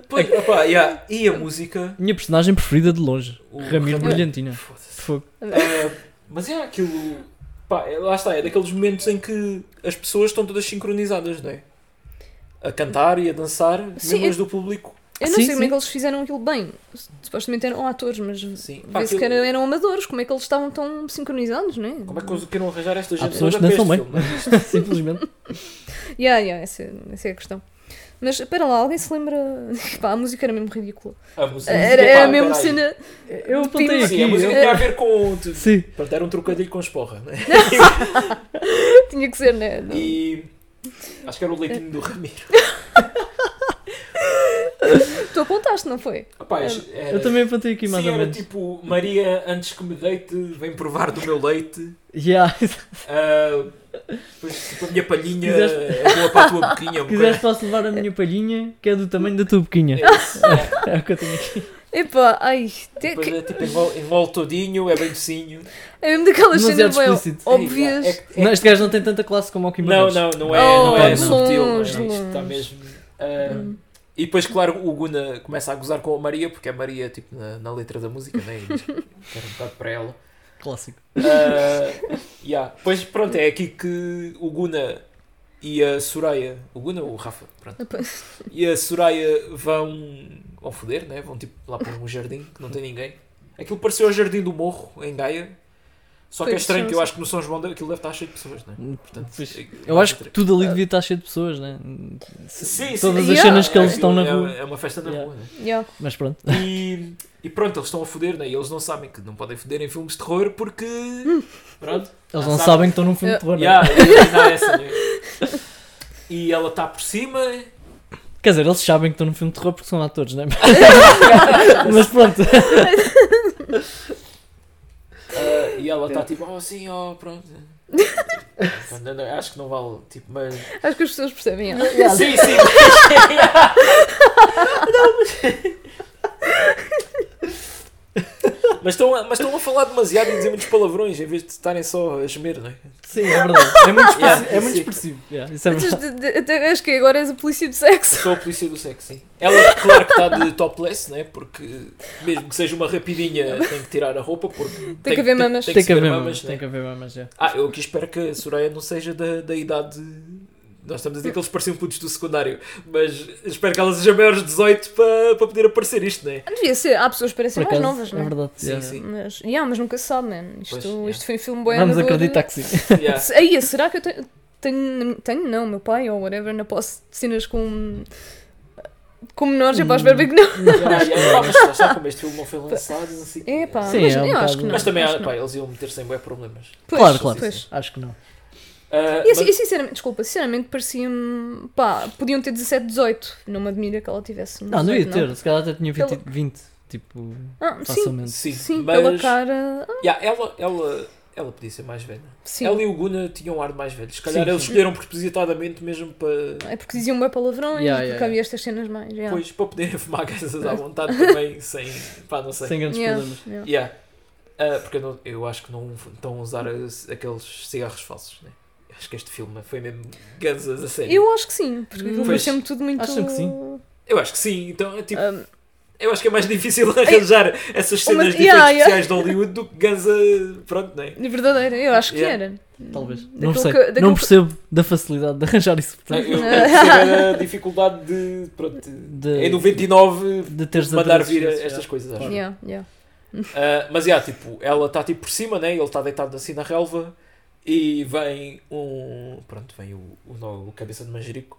Speaker 2: Pois, opá, já, E a música?
Speaker 3: Minha personagem preferida de longe,
Speaker 2: O
Speaker 3: Ramiro
Speaker 2: Ramiro.
Speaker 3: Brilhantina.
Speaker 2: Foda-se.
Speaker 3: Fogo.
Speaker 2: Ah, mas é aquilo. Pá, é- lá está, é daqueles momentos em que as pessoas estão todas sincronizadas, não é? A cantar e a dançar,
Speaker 1: Sim,
Speaker 2: mesmo as do público.
Speaker 1: Eu não
Speaker 3: Sim,
Speaker 1: sei como é
Speaker 3: sim.
Speaker 1: que eles fizeram aquilo bem. Supostamente eram atores, mas
Speaker 2: Sim. Pá,
Speaker 1: vê-se que
Speaker 2: aquilo-
Speaker 1: eram, eram amadores. Como é que eles estavam tão sincronizados, né?
Speaker 2: Como é que conseguiram arranjar esta gente
Speaker 3: pessoas
Speaker 2: toda
Speaker 3: que dançam
Speaker 2: para
Speaker 3: bem.
Speaker 2: este filme, não é?
Speaker 3: Simplesmente.
Speaker 1: Yeah, yeah, essa, essa é a questão. Mas para lá, alguém se lembra. Pá, a música era mesmo ridícula.
Speaker 2: A música.
Speaker 1: Era,
Speaker 2: é? Epá,
Speaker 1: era a mesma
Speaker 2: peraí.
Speaker 1: cena.
Speaker 3: Eu apontei
Speaker 1: Sim,
Speaker 3: aqui.
Speaker 2: Sim, a música
Speaker 3: eu-
Speaker 2: tinha a ver com. tu-
Speaker 3: Sim.
Speaker 2: Pronto, era um trocadilho com esporra, né?
Speaker 1: Tinha que ser, né? Não.
Speaker 2: E. Acho que era o leitinho do Ramiro.
Speaker 1: Tu apontaste, não foi?
Speaker 2: Opá, era-
Speaker 3: Eu também apontei aqui mais
Speaker 2: Sim,
Speaker 3: ou
Speaker 2: era
Speaker 3: menos.
Speaker 2: tipo, Maria, antes que me deite, vem provar do meu leite.
Speaker 3: Yeah.
Speaker 2: Ah, Pois, tipo, a minha palhinha
Speaker 3: Quiseste-
Speaker 2: é boa para a tua boquinha. uma coisa-
Speaker 3: Quiseste posso levar a minha palhinha, que é do tamanho da tua boquinha.
Speaker 2: É isso, é.
Speaker 3: É o que eu tenho aqui.
Speaker 1: Epá, ai. te-
Speaker 2: Depois
Speaker 1: que-
Speaker 2: é tipo, envol- envolve todinho, é bem docinho.
Speaker 1: É mesmo daquelas
Speaker 3: Demasiado
Speaker 1: cenas bem
Speaker 3: explícito.
Speaker 1: óbvias.
Speaker 2: É, é, é,
Speaker 3: Não, este gajo não tem tanta classe como o Kim
Speaker 2: Não,
Speaker 3: Barreiros.
Speaker 2: não, não é,
Speaker 1: Oh,
Speaker 2: não é
Speaker 3: de
Speaker 2: subtil. não é.
Speaker 1: longe,
Speaker 2: Isto está
Speaker 1: longe.
Speaker 2: mesmo. ah,
Speaker 1: Hum,
Speaker 2: E depois, claro, o Guna começa a gozar com a Maria, porque a Maria, tipo, na, na letra da música, né? e Era um bocado para ela.
Speaker 3: Clássico.
Speaker 2: Ah, yeah. Pois pronto, é aqui que o Guna e a Soraya. O Guna ou o Rafa? Pronto. E a Soraya vão ao foder, né? Vão tipo lá para um jardim que não tem ninguém. Aquilo pareceu o Jardim do Morro, em Gaia. Só que é
Speaker 1: Pois,
Speaker 2: estranho
Speaker 1: sim,
Speaker 2: que eu acho que no São João de- aquilo deve estar cheio de pessoas, né? Portanto,
Speaker 3: Pois,
Speaker 2: é-
Speaker 3: Eu acho que tudo ali devia estar cheio de pessoas, né?
Speaker 2: Sim, sim.
Speaker 3: Todas as
Speaker 1: Yeah.
Speaker 3: cenas que eles
Speaker 2: É-
Speaker 3: estão na
Speaker 2: é-
Speaker 3: rua.
Speaker 2: É uma festa na
Speaker 3: Yeah.
Speaker 2: rua, né?
Speaker 1: Yeah.
Speaker 3: Mas pronto.
Speaker 2: E, e pronto, eles estão a foder, né? E eles não sabem que não podem foder em filmes de terror porque.
Speaker 1: Hum.
Speaker 2: Pronto.
Speaker 3: Eles não
Speaker 2: Ah, sabe.
Speaker 3: sabem que estão num filme de
Speaker 1: Yeah.
Speaker 3: terror. né?
Speaker 2: Yeah, e- e dá essa, né? E ela está por cima. ah,
Speaker 3: Quer dizer, eles sabem que estão num filme de terror porque são atores, né? Mas pronto.
Speaker 2: ah, e ela está tipo, oh sim, oh, pronto. Pronto, não, não, acho que não vale, tipo, mas.
Speaker 1: Acho que as pessoas percebem. yeah.
Speaker 2: Sim, sim! Mas estão, a, mas estão a falar demasiado e dizer muitos palavrões em vez de estarem só a gemer, não é?
Speaker 3: Sim, é verdade. É muito expressivo.
Speaker 2: Yeah,
Speaker 3: é muito
Speaker 2: sim.
Speaker 3: expressivo. Yeah, isso é
Speaker 1: Mas
Speaker 3: verdade.
Speaker 1: Então, de- de- até Acho que agora és a polícia de sexo.
Speaker 2: Sou a polícia do sexo, sim. Ela, claro que está de topless, né? Porque mesmo que seja uma rapidinha, tem que tirar a roupa. Porque tem,
Speaker 1: que haver mamas.
Speaker 2: Tem,
Speaker 3: Tem
Speaker 2: que
Speaker 3: que
Speaker 2: haver
Speaker 3: haver
Speaker 2: mamas.
Speaker 3: mamas,
Speaker 2: né?
Speaker 3: tem que haver mamas, já.
Speaker 2: Ah, eu aqui espero que a Soraya não seja da, da idade. Nós estamos a dizer que eles pareciam putos do secundário, mas espero que ela seja maiores de 18 para, para poder aparecer isto, né?
Speaker 1: Ah, Devia ser. Há pessoas que parecem mais novas,
Speaker 3: é
Speaker 1: não é?
Speaker 3: verdade.
Speaker 2: Sim,
Speaker 3: yeah.
Speaker 2: sim.
Speaker 1: Mas, yeah, mas nunca se sabe, man. Isto,
Speaker 2: Pois, yeah.
Speaker 1: isto foi um filme boi
Speaker 3: Vamos
Speaker 1: amador.
Speaker 3: acreditar que sim.
Speaker 2: Yeah.
Speaker 1: Se- Aí, será que eu tenho, tenho. Tenho, não, meu pai ou whatever, não posso de cenas com. com menores, eu posso ver que não.
Speaker 2: Yeah, yeah, é, mas lá está, como este filme não foi lançado, não sei o quê.
Speaker 1: É pá,
Speaker 3: Sim,
Speaker 1: mas
Speaker 3: é um
Speaker 1: eu acho
Speaker 3: bocado-
Speaker 1: que não.
Speaker 2: Mas também,
Speaker 1: acho
Speaker 2: há-
Speaker 1: que
Speaker 2: pá,
Speaker 1: não.
Speaker 2: eles iam meter sem bué problemas.
Speaker 1: Pois,
Speaker 3: Claro, claro.
Speaker 1: pois.
Speaker 3: Acho que não.
Speaker 2: Ah,
Speaker 1: E, assim-
Speaker 2: mas-
Speaker 1: e sinceramente, desculpa, sinceramente parecia-me. pá, podiam ter 17, 18. Não me admira que ela tivesse.
Speaker 3: Não, não ia
Speaker 1: 18,
Speaker 3: ter. Se calhar até tinha 20.
Speaker 1: Pelo-
Speaker 3: 20 tipo,
Speaker 1: Ah, sim,
Speaker 3: facilmente.
Speaker 2: Sim,
Speaker 1: sim,
Speaker 2: mas
Speaker 1: pela cara. ah,
Speaker 2: yeah, ela, ela, ela podia ser mais velha.
Speaker 1: Sim.
Speaker 2: Ela e o Guna tinham um ar de mais velhos. Se calhar
Speaker 3: Sim,
Speaker 2: eles
Speaker 3: sim.
Speaker 2: escolheram propositadamente mesmo para,
Speaker 1: É porque diziam bem palavrões,
Speaker 3: Yeah,
Speaker 1: porque
Speaker 3: yeah,
Speaker 1: havia estas cenas mais. Yeah.
Speaker 2: depois, para poderem fumar gansas à vontade também, sem. pá, não sei.
Speaker 3: Sem grandes
Speaker 1: Yeah,
Speaker 3: problemas.
Speaker 1: yeah.
Speaker 2: Yeah. Ah, porque eu, não- eu acho que não estão a usar as- aqueles cigarros falsos, né? Acho que este filme foi mesmo gansas a sério.
Speaker 1: Eu acho que sim, porque
Speaker 3: Hum.
Speaker 1: aquilo
Speaker 2: Pois.
Speaker 1: pareceu-me tudo muito. ah,
Speaker 3: Acham que sim?
Speaker 2: Eu acho que sim, então é tipo.
Speaker 1: Ahm,
Speaker 2: Eu acho que é mais difícil arranjar essas
Speaker 1: Uma-
Speaker 2: cenas de
Speaker 1: Yeah, yeah.
Speaker 2: efeitos especiais de Hollywood do que ganza. Pronto, não é?
Speaker 1: verdadeira, eu acho que
Speaker 2: Yeah.
Speaker 1: era.
Speaker 3: Talvez.
Speaker 1: Hum, Daquilo
Speaker 3: não sei.
Speaker 1: que- daquilo
Speaker 3: não
Speaker 1: que-
Speaker 3: percebo da facilidade de arranjar isso.
Speaker 2: Eu,
Speaker 3: portanto,
Speaker 2: eu percebo a dificuldade de. Pronto, é de-
Speaker 3: De,
Speaker 2: em 99
Speaker 3: de teres
Speaker 2: mandar
Speaker 3: atrasos
Speaker 2: vir
Speaker 3: desses,
Speaker 2: estas
Speaker 3: já.
Speaker 2: coisas, acho.
Speaker 3: Claro.
Speaker 1: Yeah, yeah.
Speaker 2: Ah, mas, yeah, tipo, ela está tipo por cima, né? Ele está deitado assim na relva e vem um. Pronto, vem o, o, no- o cabeça de manjerico.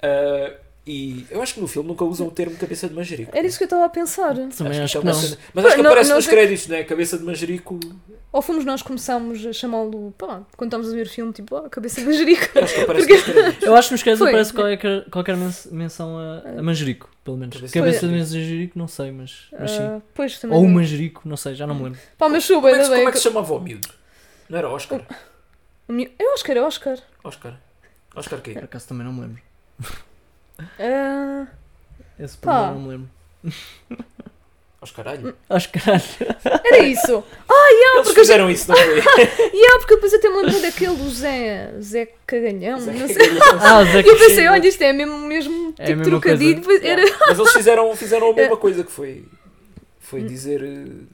Speaker 2: Ah, e eu acho que no filme nunca usam o termo cabeça de manjerico.
Speaker 1: Era isso que eu estava a pensar.
Speaker 3: Também acho,
Speaker 2: é
Speaker 3: que
Speaker 2: uma
Speaker 3: não.
Speaker 2: cena- Mas acho que
Speaker 1: Não-
Speaker 2: aparece
Speaker 1: não
Speaker 2: nos
Speaker 1: sei-
Speaker 2: créditos, né? Cabeça de manjerico.
Speaker 1: Ou fomos nós que começámos a chamá-lo, pá, quando estávamos a ver filme, tipo, ah, cabeça de manjerico.
Speaker 2: Acho que aparece nos créditos.
Speaker 3: Eu acho que nos casos
Speaker 1: Foi. É.
Speaker 3: aparece qualquer, qualquer men- menção a, a manjerico, pelo menos.
Speaker 2: Cabeça de
Speaker 3: Cabeça de
Speaker 2: manjerico.
Speaker 3: manjerico, não sei, mas, mas sim.
Speaker 1: Ah, pois também.
Speaker 3: Ou um
Speaker 1: não-
Speaker 3: manjerico, não sei, já não me lembro.
Speaker 1: Pá, mas sou
Speaker 2: Como
Speaker 1: bem,
Speaker 2: é, que, como é que
Speaker 1: bem.
Speaker 2: se chamava o miúdo? Não era Oscar?
Speaker 1: O meu- É Oscar, é Oscar.
Speaker 2: Oscar. Oscar quê?
Speaker 3: Por acaso também não me lembro.
Speaker 1: Ah,
Speaker 3: Esse
Speaker 1: Pá.
Speaker 3: problema não me lembro.
Speaker 2: Oscar Alho?
Speaker 3: Acho que Ah, caralho.
Speaker 1: era isso.
Speaker 2: Eles
Speaker 1: porque eu já-
Speaker 2: fizeram isso, não foi?
Speaker 1: E ah, porque eu depois até me lembrei daquele do Zé, Zé Cagalhão, não sei.
Speaker 3: Ah, Zé
Speaker 1: E eu pensei,
Speaker 3: Cachimbo.
Speaker 1: olha, isto é mesmo, mesmo
Speaker 3: É a
Speaker 1: tipo
Speaker 3: mesma
Speaker 1: trocadilho. Depois era... É.
Speaker 2: Mas eles fizeram, fizeram a mesma coisa que foi. Foi dizer. eh,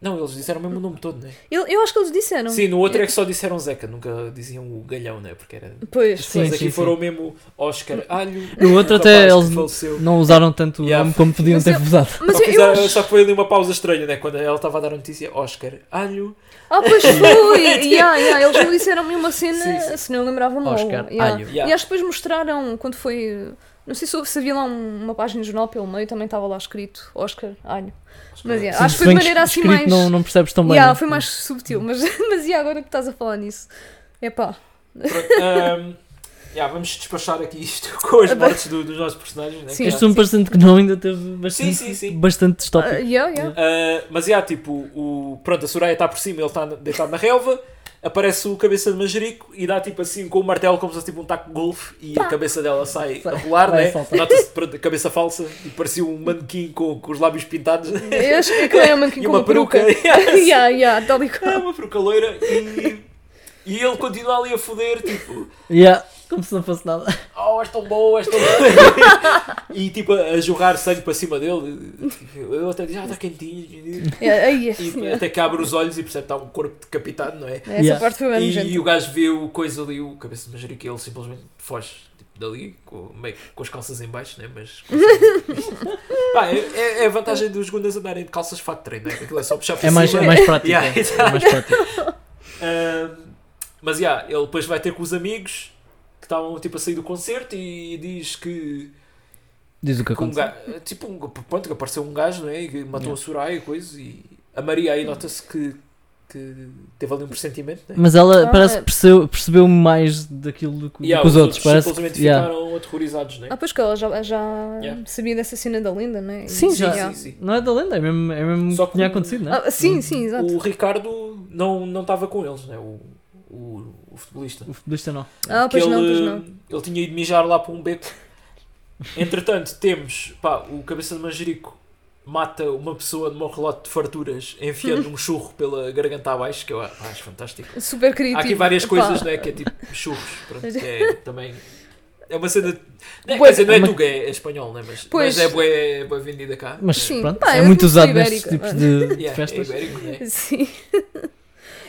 Speaker 2: Não, eles disseram mesmo o nome todo, né?
Speaker 1: Eu, eu acho que eles disseram.
Speaker 2: Sim, no outro
Speaker 1: Eu-
Speaker 2: é que só disseram Zeca, nunca diziam o galhão, né? Porque era.
Speaker 1: Pois,
Speaker 3: Sim,
Speaker 2: Mas
Speaker 1: pois.
Speaker 2: aqui
Speaker 3: sim,
Speaker 2: foram o mesmo Oscar Alho.
Speaker 3: No outro
Speaker 2: rapaz
Speaker 3: até
Speaker 2: que
Speaker 3: eles
Speaker 2: faleceu.
Speaker 3: não usaram tanto o
Speaker 2: Yeah.
Speaker 3: nome como podiam
Speaker 1: Mas
Speaker 3: ter
Speaker 1: eu-
Speaker 3: usado.
Speaker 1: Mas
Speaker 2: só,
Speaker 1: eu, eu
Speaker 2: fizeram-
Speaker 1: acho.
Speaker 2: só que foi ali uma pausa estranha, né? Quando ela estava a dar a notícia, Oscar Alho.
Speaker 1: Ah, pois foi! yeah, yeah, eles não disseram nenhuma cena,
Speaker 2: Sim, sim.
Speaker 1: se não lembrava-me.
Speaker 3: Oscar,
Speaker 1: yeah.
Speaker 3: alho.
Speaker 2: Yeah.
Speaker 1: E acho que depois mostraram quando foi. Não sei se houve- se havia lá um- uma página de jornal pelo meio, também estava lá escrito Oscar Alho. Mas yeah,
Speaker 3: Sim,
Speaker 1: acho que
Speaker 3: se
Speaker 1: foi de
Speaker 3: bem
Speaker 1: maneira assim
Speaker 3: escrito
Speaker 1: mais.
Speaker 3: Não, não percebes tão bem.
Speaker 1: Yeah,
Speaker 3: né?
Speaker 1: foi mais subtil, mas, mas yeah, agora que estás a falar nisso. Epá.
Speaker 2: Pronto, ahm, yeah, vamos despachar aqui isto com as mortes do- dos nossos personagens, né?
Speaker 1: Sim.
Speaker 2: Que
Speaker 3: Este é um parecendo que não ainda teve bastante,
Speaker 2: Sim, sim, sim.
Speaker 3: bastante
Speaker 1: Uh,
Speaker 3: distópico.
Speaker 1: yeah, yeah.
Speaker 2: Ah, mas yeah, tipo, o, pronto, a Soraya está por cima, ele está na- deitado na relva, aparece o cabeça de manjerico e dá tipo assim com o martelo como se fosse tipo um taco de golfe e a cabeça dela sai a rolar,
Speaker 3: Vai
Speaker 2: né?
Speaker 3: saltar.
Speaker 2: Nota-se pronto, a cabeça falsa e parecia um manequim com, com os lábios pintados né?
Speaker 1: Eu acho que aquilo era uma
Speaker 2: e uma peruca.
Speaker 1: yeah, yeah, tal e
Speaker 2: é
Speaker 1: qual.
Speaker 2: uma peruca loira e, e ele continua ali a foder, tipo,
Speaker 3: Yeah, como se não fosse nada.
Speaker 2: oh, és tão bom, és tão bom. e tipo, a jorrar sangue para cima dele. Ele até diz, ah, está quentinho.
Speaker 1: Yeah, aí,
Speaker 2: E tipo,
Speaker 1: assim, yeah.
Speaker 2: até que abre os olhos e percebe que está um corpo decapitado, não é?
Speaker 1: Essa
Speaker 3: Yeah.
Speaker 1: parte foi mesmo
Speaker 2: E,
Speaker 1: gente.
Speaker 2: o gajo vê o coisa ali, o cabeça de manjerico, e ele simplesmente foge tipo, dali, com, meio que com as calças em baixo, né? Mas. Pá, é, é- é a vantagem dos gundas andarem de calças de fato de treino, né? Aquilo é só puxar para
Speaker 3: É mais,
Speaker 2: cima.
Speaker 3: é mais prático.
Speaker 2: Yeah,
Speaker 3: é.
Speaker 2: exato.
Speaker 3: É mais prático.
Speaker 2: Ahm, mas, já, ele depois vai ter com os amigos que estavam tipo a sair do concerto e diz que.
Speaker 3: Diz o que
Speaker 2: que um
Speaker 3: aconteceu.
Speaker 2: ga- tipo, um, pronto, que apareceu um gajo, não é? E que matou
Speaker 3: Yeah.
Speaker 2: a Soraya e coisa. E a Maria aí nota-se que, que teve ali um pressentimento, né?
Speaker 3: Mas ela
Speaker 1: Ah,
Speaker 3: parece
Speaker 1: é.
Speaker 3: que percebeu, percebeu mais daquilo do que,
Speaker 2: Yeah,
Speaker 3: do que os, outros. parece que-
Speaker 2: simplesmente
Speaker 3: yeah.
Speaker 2: ficaram aterrorizados, né?
Speaker 1: Ah, pois que ela já, já
Speaker 2: Yeah.
Speaker 1: sabia dessa cena da Linda, não é?
Speaker 3: Sim,
Speaker 1: E-
Speaker 3: já.
Speaker 1: yeah.
Speaker 2: sim.
Speaker 3: Não é da lenda, é mesmo, é mesmo
Speaker 2: Só
Speaker 3: que tinha
Speaker 2: que-
Speaker 3: acontecido, não é?
Speaker 1: Ah, sim, sim, exato.
Speaker 2: O Ricardo não não estava com eles, né? O, o, o futebolista.
Speaker 3: O é futebolista não.
Speaker 1: Ah, pois
Speaker 2: Que
Speaker 1: não,
Speaker 2: ele,
Speaker 1: pois não.
Speaker 2: Ele tinha ido mijar lá para um beco. Entretanto, temos pá, o Cabeça de Manjerico mata uma pessoa num relote de farturas enfiando um churro pela garganta abaixo, que eu a- acho fantástico.
Speaker 1: Super criativo.
Speaker 2: Há aqui várias
Speaker 1: Epá.
Speaker 2: coisas, não é? Que é tipo churros, pronto, que é também. É uma cena. Não é,
Speaker 1: Bué-
Speaker 2: quer dizer, não é
Speaker 3: Mas-
Speaker 2: tuga, é, é espanhol, né? mas,
Speaker 1: Pois.
Speaker 2: mas é bué, bué vendida cá.
Speaker 3: Mas
Speaker 1: Sim.
Speaker 3: pronto,
Speaker 1: Pá,
Speaker 3: é
Speaker 1: eu Ah.
Speaker 3: muito
Speaker 1: conheço
Speaker 3: usado
Speaker 1: ibérico.
Speaker 3: nestes tipos de, de
Speaker 2: Yeah, é
Speaker 3: festas.
Speaker 2: ibérico, né?
Speaker 1: Sim.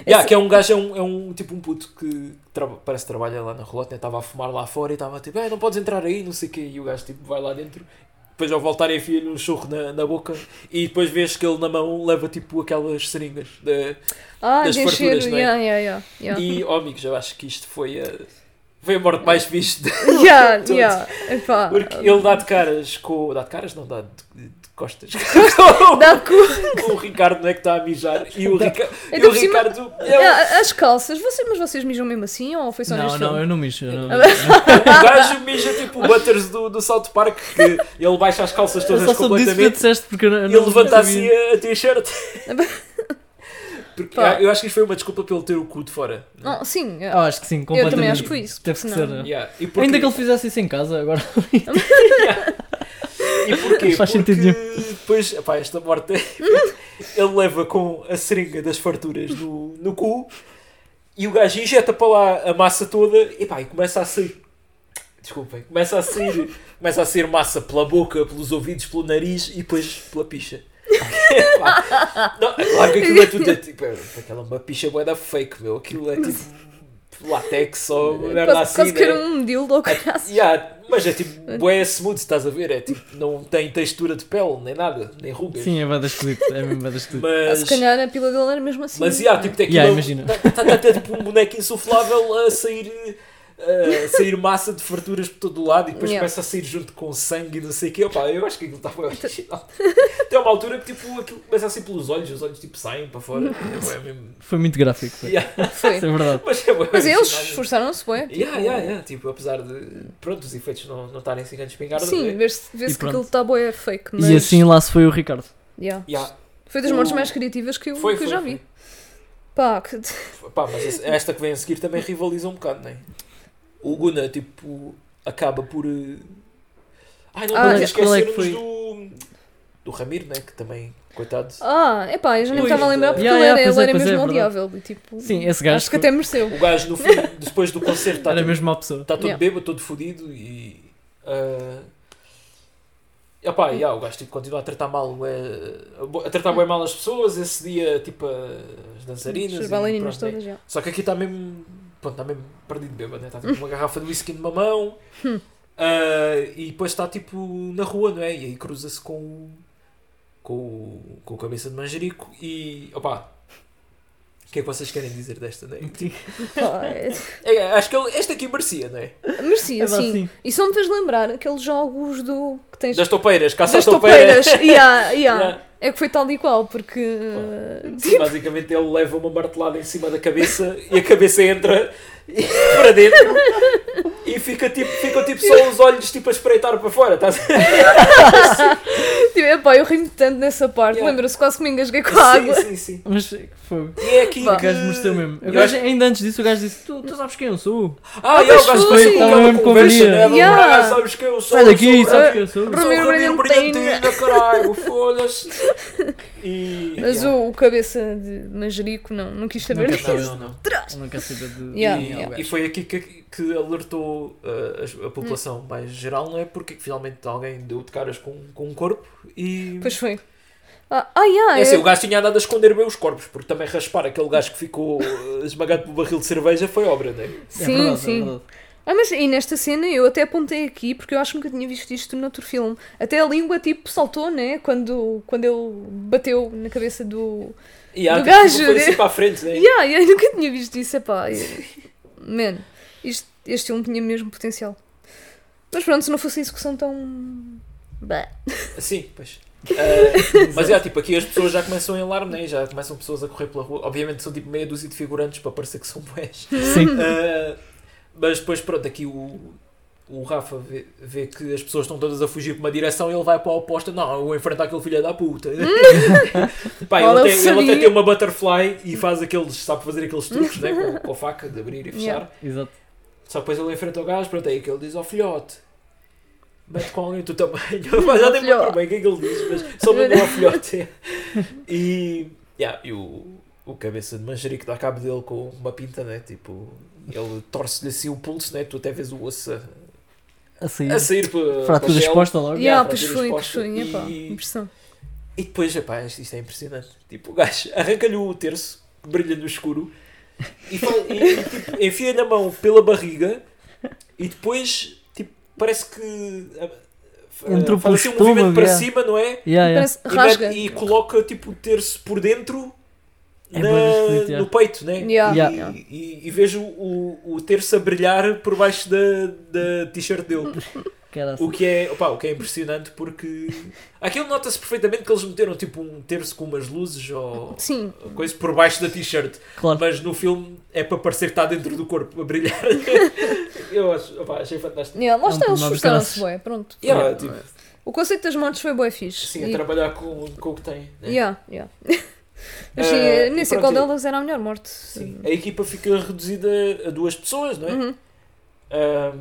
Speaker 2: Yeah, que é um gajo, é um, é um tipo um puto que traba- parece que trabalha lá na relota, estava a fumar lá fora e estava tipo, "Ah, não podes entrar aí, não sei o quê, e o gajo tipo vai lá dentro, depois ao voltar enfia-lhe um churro na, na boca e depois vês que ele na mão leva tipo aquelas seringas. da-
Speaker 1: Ah,
Speaker 2: Das
Speaker 1: de
Speaker 2: farturas,
Speaker 1: encher.
Speaker 2: não é?
Speaker 1: Yeah, yeah, yeah. Yeah,
Speaker 2: E, oh amigos, eu acho que isto foi a, foi a morte mais fixe de-
Speaker 1: yeah.
Speaker 2: todos.
Speaker 1: yeah. Epá.
Speaker 2: Porque ele dá de caras com. dá de caras? Não, dá de, de costas. Com
Speaker 1: Dá cu.
Speaker 2: o Ricardo, não é que está a mijar? E o, Rica- e
Speaker 1: Ainda
Speaker 2: o
Speaker 1: por cima-
Speaker 2: Ricardo. é um-
Speaker 1: Yeah, as calças, vocês, mas vocês mijam mesmo assim ou foi só
Speaker 3: Não,
Speaker 1: neste
Speaker 3: não,
Speaker 1: filme?
Speaker 3: eu não mexo. eu
Speaker 1: Ah.
Speaker 3: não-
Speaker 2: O gajo mija tipo o Butters do, do South Park, que ele baixa as calças
Speaker 3: Eu
Speaker 2: todas
Speaker 3: só soube disso que eu
Speaker 2: completamente
Speaker 3: disseste porque eu não, eu
Speaker 2: e
Speaker 3: não
Speaker 2: levanta assim
Speaker 3: sabia.
Speaker 2: a, a t-shirt. Porque
Speaker 1: Pá.
Speaker 2: ah, eu acho que isto foi uma desculpa pelo ter o cu de fora.
Speaker 1: Não, sim.
Speaker 3: Ah, acho que sim, completamente.
Speaker 1: também acho que foi isso,
Speaker 3: Teve que
Speaker 1: porque
Speaker 3: ser.
Speaker 1: senão-
Speaker 2: Yeah. E porque,
Speaker 3: Ainda que ele fizesse isso em casa agora.
Speaker 2: e porquê?
Speaker 3: Não faz
Speaker 2: porque
Speaker 3: sentido
Speaker 2: depois, epá, esta morte ele leva com a seringa das farturas no, no cu e o gajo injeta para lá a massa toda e, pá, e começa a sair. Desculpem, começa a sair, começa a sair massa pela boca, pelos ouvidos, pelo nariz e depois pela picha. Pá, não, é claro que aquilo é tudo é tipo, é, aquela uma picha bué da fake, meu. Aquilo é tipo latex ou merda
Speaker 1: É. Quase,
Speaker 2: assim.
Speaker 1: quase que
Speaker 2: né?
Speaker 1: era um dildo ou caralho.
Speaker 2: Yeah, mas é tipo, bué smooth, estás a ver? É tipo, não tem textura de pele, nem nada, nem rugas.
Speaker 3: Sim, é banda esquisito. É mesmo banda esquisito.
Speaker 2: mas,
Speaker 1: Ah, Se calhar a pila dele era mesmo assim.
Speaker 2: mas yeah, tipo, tem aquilo.
Speaker 3: Yeah, imagina.
Speaker 2: Está tá, tá, tipo um boneco insuflável a sair, eh, a sair massa de farturas por todo o lado e depois
Speaker 1: Yeah.
Speaker 2: começa a sair junto com sangue e não sei o quê. Opa, eu acho que aquilo está bem
Speaker 1: Então-
Speaker 2: original. Tem uma altura que tipo, aquilo começa a sair pelos olhos, os olhos tipo saem para fora. É, bué mesmo.
Speaker 3: Foi muito gráfico. Foi.
Speaker 2: Yeah,
Speaker 1: Foi.
Speaker 3: Isso é verdade.
Speaker 2: mas é bué
Speaker 1: Mas eles
Speaker 2: original.
Speaker 1: esforçaram-se, bem.
Speaker 2: Yeah, yeah, yeah. Tipo, apesar de pronto, os efeitos não não estarem assim grande espingarda. é-
Speaker 1: Sim, vê-se vê-se
Speaker 3: E
Speaker 1: que
Speaker 3: pronto.
Speaker 1: aquilo está boa é fake. Mas...
Speaker 3: E assim lá se foi o Ricardo.
Speaker 1: yeah.
Speaker 2: Yeah.
Speaker 1: Foi das mortes
Speaker 2: O-
Speaker 1: mais criativas que eu,
Speaker 2: Foi,
Speaker 1: que eu
Speaker 2: foi,
Speaker 1: já
Speaker 2: foi.
Speaker 1: vi. Pá, que...
Speaker 2: Pá, mas esse- esta que vem a seguir também rivaliza um bocado, não é? O Guna, tipo, acaba por. eh, Ai, não,
Speaker 1: Ah,
Speaker 2: podemos
Speaker 3: mas qual é que
Speaker 2: esquecermos
Speaker 3: foi?
Speaker 2: do. do Ramiro, né? Que também, coitado.
Speaker 1: Ah, epá, eu já nem
Speaker 2: Pois,
Speaker 1: estava a lembrar porque
Speaker 3: yeah,
Speaker 1: ele
Speaker 3: yeah,
Speaker 1: era,
Speaker 3: pois
Speaker 1: ele
Speaker 3: é,
Speaker 1: era
Speaker 3: pois é,
Speaker 1: mesmo
Speaker 3: é verdade.
Speaker 1: odiável. e, tipo,
Speaker 3: Sim, esse gajo
Speaker 1: acho que até mereceu.
Speaker 2: O gajo, no fim, depois do concerto, está
Speaker 3: era
Speaker 2: todo,
Speaker 3: mesmo uma pessoa.
Speaker 2: tá todo
Speaker 1: Yeah.
Speaker 2: bêbado, todo fodido e. ah, E, opá, e, ah, o gajo tipo, continua a tratar mal eh, a, bo- a tratar bem mal as pessoas, esse dia tipo as dançarinas.
Speaker 1: As
Speaker 2: e
Speaker 1: bailarinas
Speaker 2: pronto, né?
Speaker 1: todas, já.
Speaker 2: Só que aqui está mesmo. Pronto, está mesmo perdido bêbado, né? Está tipo uma garrafa de whisky numa mão ah, e depois está tipo na rua, não é? E aí cruza-se com o. com o. com o cabeça de manjerico e. opá! O que é que vocês querem dizer desta, né?
Speaker 1: Ah,
Speaker 2: É, acho que ele- este aqui merecia, não é?
Speaker 1: é- Merecia,
Speaker 3: É
Speaker 1: sim.
Speaker 3: assim.
Speaker 1: E só me fez lembrar aqueles jogos do. que tens.
Speaker 2: Das toupeiras, caça às
Speaker 1: das
Speaker 2: toupeiras!
Speaker 1: toupeiras. yeah, yeah.
Speaker 2: Yeah.
Speaker 1: É que foi tal e qual, porque.
Speaker 2: Sim, basicamente ele leva uma martelada em cima da cabeça e a cabeça entra para dentro e fica tipo, ficam tipo só os olhos tipo a espreitar para fora. Estás a
Speaker 1: Tipo, epá, eu ri-me tanto nessa parte.
Speaker 2: Yeah.
Speaker 1: Lembra-se quase que me engasguei com a água.
Speaker 2: Sim, sim, sim.
Speaker 3: Mas que fogo.
Speaker 2: E é aqui
Speaker 1: Pá.
Speaker 3: O
Speaker 2: que...
Speaker 3: gajo mostrou mesmo. O
Speaker 2: Eu
Speaker 3: gajo,
Speaker 2: acho-
Speaker 3: ainda antes disso, o gajo disse: Tu, tu sabes quem eu sou?
Speaker 2: Ah, é,
Speaker 1: pois
Speaker 2: o gajo
Speaker 1: foi.
Speaker 2: foi com
Speaker 3: Estava
Speaker 2: aquela
Speaker 3: mesmo
Speaker 2: conversa,
Speaker 3: companhia.
Speaker 2: né? Do
Speaker 1: Yeah.
Speaker 2: Braga, sabes que eu sou...
Speaker 3: Sai daqui,
Speaker 2: eu sou,
Speaker 3: sabes quem eu sou?
Speaker 2: eu sou o
Speaker 1: Romero
Speaker 2: Ramiro
Speaker 1: Brilhantino.
Speaker 2: Brilhantino, caralho, foda-se. E...
Speaker 1: Mas
Speaker 2: yeah.
Speaker 1: o, o cabeça de manjerico não, não quis saber
Speaker 3: Não quer
Speaker 1: disso.
Speaker 3: saber.
Speaker 2: Não, não, não.
Speaker 3: Não quer saber de. É
Speaker 1: Yeah,
Speaker 2: e,
Speaker 3: de-
Speaker 1: yeah.
Speaker 2: e foi aqui que, que alertou uh, as-
Speaker 1: Hum.
Speaker 2: a, população mais geral, não é? Porque finalmente alguém deu de caras com, com um corpo e.
Speaker 1: Pois foi. Ah, ah yeah,
Speaker 2: é assim,
Speaker 1: é-
Speaker 2: o gajo tinha andado a esconder bem os corpos, porque também raspar aquele gajo que ficou uh, esmagado pelo barril de cerveja foi obra, não é?
Speaker 3: É
Speaker 1: Sim,
Speaker 3: verdade, é
Speaker 1: sim.
Speaker 3: verdade.
Speaker 1: Ah, mas e nesta cena eu até apontei aqui porque eu acho que tinha visto isto noutro filme. Até a língua tipo saltou, né? Quando, quando ele bateu na cabeça do.
Speaker 2: E há
Speaker 1: Do
Speaker 2: que aquilo
Speaker 1: gajo,
Speaker 2: foi
Speaker 1: né?
Speaker 2: assim para a frente, não é?
Speaker 1: Yeah, yeah, eu nunca tinha visto isso, epá. Eu- Man, isto, este filme tinha mesmo potencial. Mas pronto, se não fosse a execução tão. Bah.
Speaker 2: Sim, pois. Uh, mas é, tipo, aqui as pessoas já começam em alarme, né? já começam pessoas a correr pela rua. Obviamente são tipo meia dúzia de figurantes para parecer que são boés.
Speaker 3: Sim.
Speaker 2: Uh, mas depois, pronto, aqui o, o Rafa vê, vê que as pessoas estão todas a fugir para uma direção e ele vai para a oposta. Não, eu vou enfrentar aquele filho da puta. Pá, ele,
Speaker 1: Olha,
Speaker 2: até,
Speaker 1: eu
Speaker 2: ele até
Speaker 1: sabia.
Speaker 2: tem uma butterfly e faz aqueles, sabe fazer aqueles truques né, com, com a faca de abrir e fechar.
Speaker 1: Yeah.
Speaker 3: Exato.
Speaker 2: Só que depois ele enfrenta o gajo, pronto, é aí que ele diz ao filhote. Mete com alguém do teu tamanho. Mas já tem muito
Speaker 1: Filhote.
Speaker 2: bem o que é que ele diz, mas só mete ao filhote. E, yeah, e o, o cabeça de manjerico dá cabo dele com uma pinta, né? Tipo, ele torce-lhe assim o pulso, né? Tu até vês o osso a,
Speaker 3: A sair.
Speaker 2: a sair para,
Speaker 3: Fratura exposta logo.
Speaker 1: Yeah,
Speaker 2: para
Speaker 1: pois
Speaker 2: ter
Speaker 1: foi, pois
Speaker 2: exposta.
Speaker 1: foi, epá.
Speaker 2: E-
Speaker 1: Impressão.
Speaker 2: E depois, epá, isto, isto é impressionante. Tipo, o gajo arranca-lhe o terço, que brilha no escuro, e, fa- e, tipo, enfia-lhe a mão pela barriga, e depois, tipo, parece que. ah, ah,
Speaker 3: Entrou
Speaker 2: faz
Speaker 3: pelo
Speaker 2: assim um movimento
Speaker 3: estômago,
Speaker 2: para
Speaker 3: yeah.
Speaker 2: cima, não é?
Speaker 3: Yeah, yeah.
Speaker 1: Parece-
Speaker 2: E,
Speaker 1: rasga.
Speaker 2: mete- e coloca, tipo, o terço por dentro.
Speaker 3: É
Speaker 2: na-
Speaker 3: bué esquisito, yeah.
Speaker 2: no peito, né?
Speaker 1: Yeah.
Speaker 3: Yeah.
Speaker 1: Yeah.
Speaker 2: E, e- e vejo o, o terço a brilhar por baixo da, da t-shirt dele.
Speaker 3: Que era assim.
Speaker 2: O que é, opá, o que é impressionante porque aquilo nota-se perfeitamente que eles meteram tipo um terço com umas luzes ou
Speaker 1: Sim,
Speaker 2: coisa por baixo da t-shirt,
Speaker 3: Claro.
Speaker 2: mas no filme é para parecer que está dentro do corpo a brilhar. Eu acho, opá, achei fantástico.
Speaker 1: yeah, lá
Speaker 3: Não,
Speaker 1: está, eles
Speaker 3: não
Speaker 1: esforçaram-se,
Speaker 3: abstraço.
Speaker 1: bué, pronto.
Speaker 2: Yeah, tipo,
Speaker 1: O conceito das mortes foi bué fixe.
Speaker 2: sim, a
Speaker 1: E-
Speaker 2: trabalhar com, com o que tem. né?
Speaker 1: Yeah, yeah.
Speaker 2: Ah,
Speaker 1: Assim, nem
Speaker 2: e
Speaker 1: sei
Speaker 2: pronto,
Speaker 1: qual
Speaker 2: e-
Speaker 1: delas era a melhor morte.
Speaker 2: Sim. A equipa fica reduzida a duas pessoas, não é?
Speaker 1: Uhum.
Speaker 2: Ahm,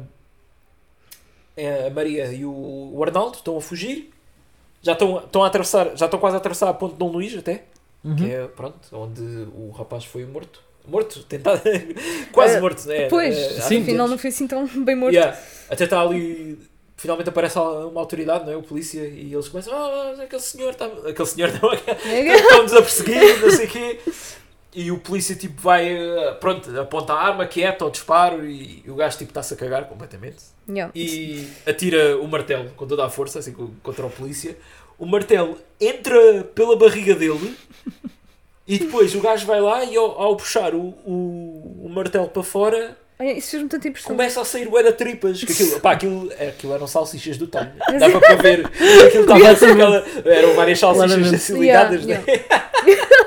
Speaker 2: é, a Maria e o, o Arnaldo estão a fugir. Já estão, estão a atravessar, já estão quase a atravessar a ponte de Dom Luís até.
Speaker 3: Uhum.
Speaker 2: que é pronto, onde o rapaz foi morto. Morto, tentado, quase
Speaker 1: Eh,
Speaker 2: morto, né?
Speaker 1: Pois,
Speaker 2: Eh, há
Speaker 3: sim.
Speaker 2: tantos
Speaker 1: afinal não
Speaker 2: anos.
Speaker 1: foi assim tão bem morto.
Speaker 2: Yeah. Até está ali, finalmente aparece uma autoridade, não é? O polícia, e eles começam, ah, aquele senhor está. Aquele senhor não, estão-nos a perseguir, não sei o quê. E o polícia tipo vai, eh, pronto, aponta a arma, quieta, ao disparo, e o gajo tipo está-se a cagar completamente
Speaker 1: Yeah.
Speaker 2: e atira o martelo com toda a força, assim, co- contra o polícia. O martelo entra pela barriga dele e depois o gajo vai lá e ao, ao puxar o, o, o martelo para fora
Speaker 1: Ai, Isso fez-me tanta impressão.
Speaker 2: começa a sair o era tripas. Que aquilo, pá, aquilo, é, aquilo eram salsichas do Tom. Dava para ver. Aquilo estava assim, aquela- eram várias salsichas
Speaker 3: é Claramente.
Speaker 2: assim ligadas,
Speaker 1: Yeah,
Speaker 2: né? é?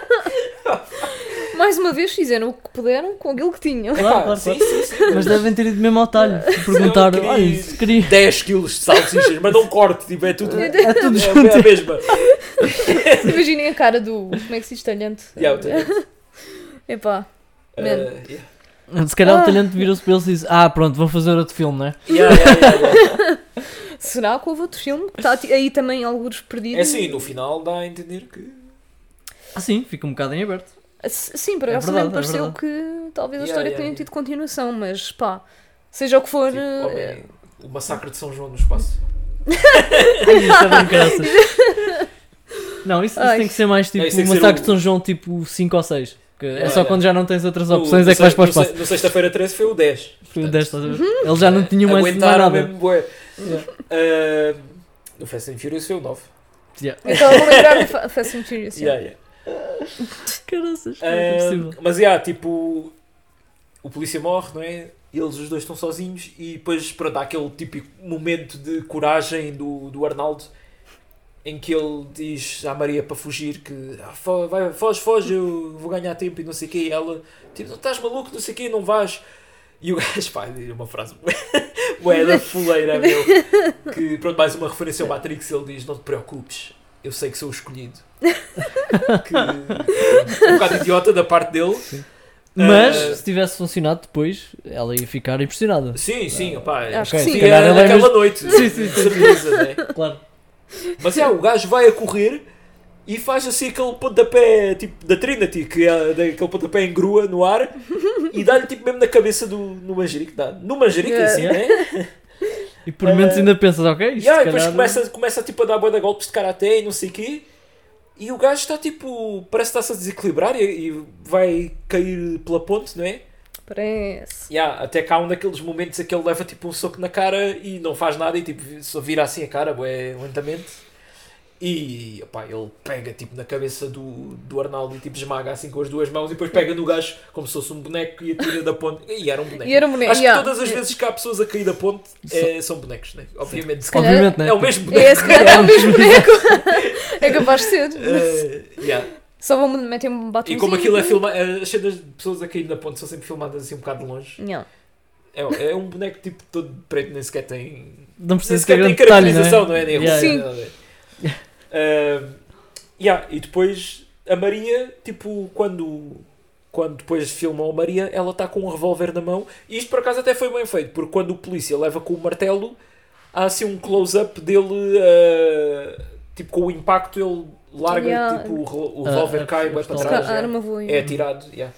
Speaker 1: Mais uma vez fizeram o que puderam com aquilo que tinham.
Speaker 3: Claro,
Speaker 2: Pá,
Speaker 3: claro,
Speaker 2: sim,
Speaker 3: claro. Mas devem ter ido mesmo ao talho. Perguntar:
Speaker 2: queria-
Speaker 3: Olha, se queria.
Speaker 2: 10 quilos de salsichas, mas não corte, tipo, é tudo. É,
Speaker 3: É tudo
Speaker 2: é a
Speaker 3: junto.
Speaker 2: mesma.
Speaker 1: Imaginem a cara do. Como é que se diz talhante?
Speaker 2: Yeah, eu tenho-
Speaker 1: Epá.
Speaker 2: eh,
Speaker 1: Man.
Speaker 2: yeah.
Speaker 3: Se calhar
Speaker 1: Ah.
Speaker 3: o talento virou-se para eles e disse: Ah, pronto, vão fazer outro filme, não é?
Speaker 2: Yeah, yeah, yeah, yeah.
Speaker 1: Será que houve outro filme? Está aí também alguns perdidos.
Speaker 2: É assim, no final dá a entender que. tipo,
Speaker 3: Ah, sim, fica um bocado em aberto.
Speaker 1: S- Sim, por
Speaker 3: É
Speaker 1: acaso também me
Speaker 3: verdade, é
Speaker 1: pareceu que talvez a
Speaker 2: Yeah,
Speaker 1: história
Speaker 2: yeah,
Speaker 1: tenha
Speaker 2: yeah.
Speaker 1: tido continuação, mas pá, seja o que for.
Speaker 2: Tipo,
Speaker 1: eh,
Speaker 2: homem, o massacre de São João no espaço.
Speaker 3: Ai, isso é bem caraças. Não, isso, isso
Speaker 1: Ai.
Speaker 3: tem que ser mais tipo
Speaker 2: Não, isso tem que
Speaker 3: uma
Speaker 2: ser
Speaker 3: saca
Speaker 2: o-
Speaker 3: de São João tipo 5 ou 6. Que é
Speaker 2: Olha.
Speaker 3: só quando já não tens outras
Speaker 2: No-
Speaker 3: opções
Speaker 2: no
Speaker 3: é que vais
Speaker 2: se-
Speaker 3: para o
Speaker 2: no se-
Speaker 3: espaço.
Speaker 2: No sexta-feira 13 foi o 10.
Speaker 3: Portanto, desta- Ele já não tinha mais mais
Speaker 2: Aguentaram
Speaker 3: nada.
Speaker 2: mesmo bué. Ah, No Fast and Furious foi o 9.
Speaker 3: Yeah.
Speaker 1: Então eu vou lembrar do Fa- Fast and Furious. yeah.
Speaker 2: Yeah, yeah.
Speaker 3: Caraças, não é possível.
Speaker 2: Ah, mas é, yeah, tipo, o polícia morre, não é? Eles os dois estão sozinhos e depois, pronto, há aquele típico momento de coragem do, do Arnaldo em que ele diz à Maria para fugir que "Ah, fo- vai, foge, foge, eu vou ganhar tempo e não sei o quê. E ela, tipo, não estás maluco, não sei o quê, não vais. E o gajo, pá, diz uma frase moeda fuleira, meu. Que, pronto, mais uma referência ao Matrix, ele diz, não te preocupes, eu sei que sou o escolhido. que um bocado idiota da parte dele.
Speaker 3: Mas
Speaker 2: Ah,
Speaker 3: se tivesse funcionado depois, ela ia ficar impressionada.
Speaker 2: Sim, sim, opá.
Speaker 1: Acho que
Speaker 3: Ok, se
Speaker 1: sim.
Speaker 2: Sim, era
Speaker 3: calhar ela é
Speaker 2: naquela
Speaker 3: mesmo-
Speaker 2: noite.
Speaker 3: Sim, sim, sim.
Speaker 2: Certeza, né?
Speaker 3: Claro.
Speaker 2: Mas é, o gajo vai a correr e faz assim aquele pontapé tipo da Trinity, que é daquele pontapé em grua no ar e dá-lhe tipo mesmo na cabeça do no manjerico. Dá. No manjerico,
Speaker 1: Yeah.
Speaker 2: assim, né?
Speaker 3: E por momentos ainda pensas, ok,
Speaker 2: Eh, E
Speaker 3: isto
Speaker 2: aí
Speaker 3: se
Speaker 2: depois
Speaker 3: calhar... né?
Speaker 2: começa, começa tipo a dar boa de golpes de karaté e não sei o quê. E o gajo está tipo, parece que está-se a desequilibrar e, e vai cair pela ponte, não é?
Speaker 1: Parece.
Speaker 2: Yeah, até cá um daqueles momentos em que ele leva tipo um soco na cara e não faz nada e tipo só vira assim a cara bué, lentamente e opá, ele pega tipo na cabeça do, do Arnaldo e tipo esmaga assim com as duas mãos e depois pega no gajo como se fosse um boneco e atira da ponte e era um boneco.
Speaker 1: E era um boneco,
Speaker 2: Acho
Speaker 1: yeah.
Speaker 2: que todas as vezes que há pessoas a cair da ponte é, são bonecos, né? obviamente.
Speaker 1: calhar-
Speaker 3: Obviamente, né?
Speaker 2: É o mesmo boneco.
Speaker 1: É, se calhar é o mesmo boneco. é capaz de ser.
Speaker 2: Eh, yeah.
Speaker 1: Só vão meter um batom.
Speaker 2: E como aquilo é filmado, as cenas de pessoas a cair da ponte são sempre filmadas assim um bocado de longe.
Speaker 1: Não.
Speaker 2: É, é um boneco tipo todo preto, nem sequer tem
Speaker 3: Não
Speaker 2: Nem
Speaker 3: precisa ter
Speaker 2: sequer tem
Speaker 3: grande detalhe, não é?
Speaker 2: caracterização, não é? Nem
Speaker 3: Yeah,
Speaker 2: Sim.
Speaker 1: yeah.
Speaker 2: e depois a Maria, tipo, quando, quando depois filmam a Maria, ela está com um revólver na mão. E isto por acaso até foi bem feito, porque quando o polícia leva com o martelo, há assim um close-up dele, ah, tipo, com o impacto, ele larga,
Speaker 1: Yeah.
Speaker 2: tipo, o revol- o
Speaker 3: Ah,
Speaker 2: revólver
Speaker 3: a
Speaker 2: cai, vai para
Speaker 3: pistola.
Speaker 2: trás.
Speaker 1: A
Speaker 2: yeah.
Speaker 1: arma voa.
Speaker 2: É atirado, yeah.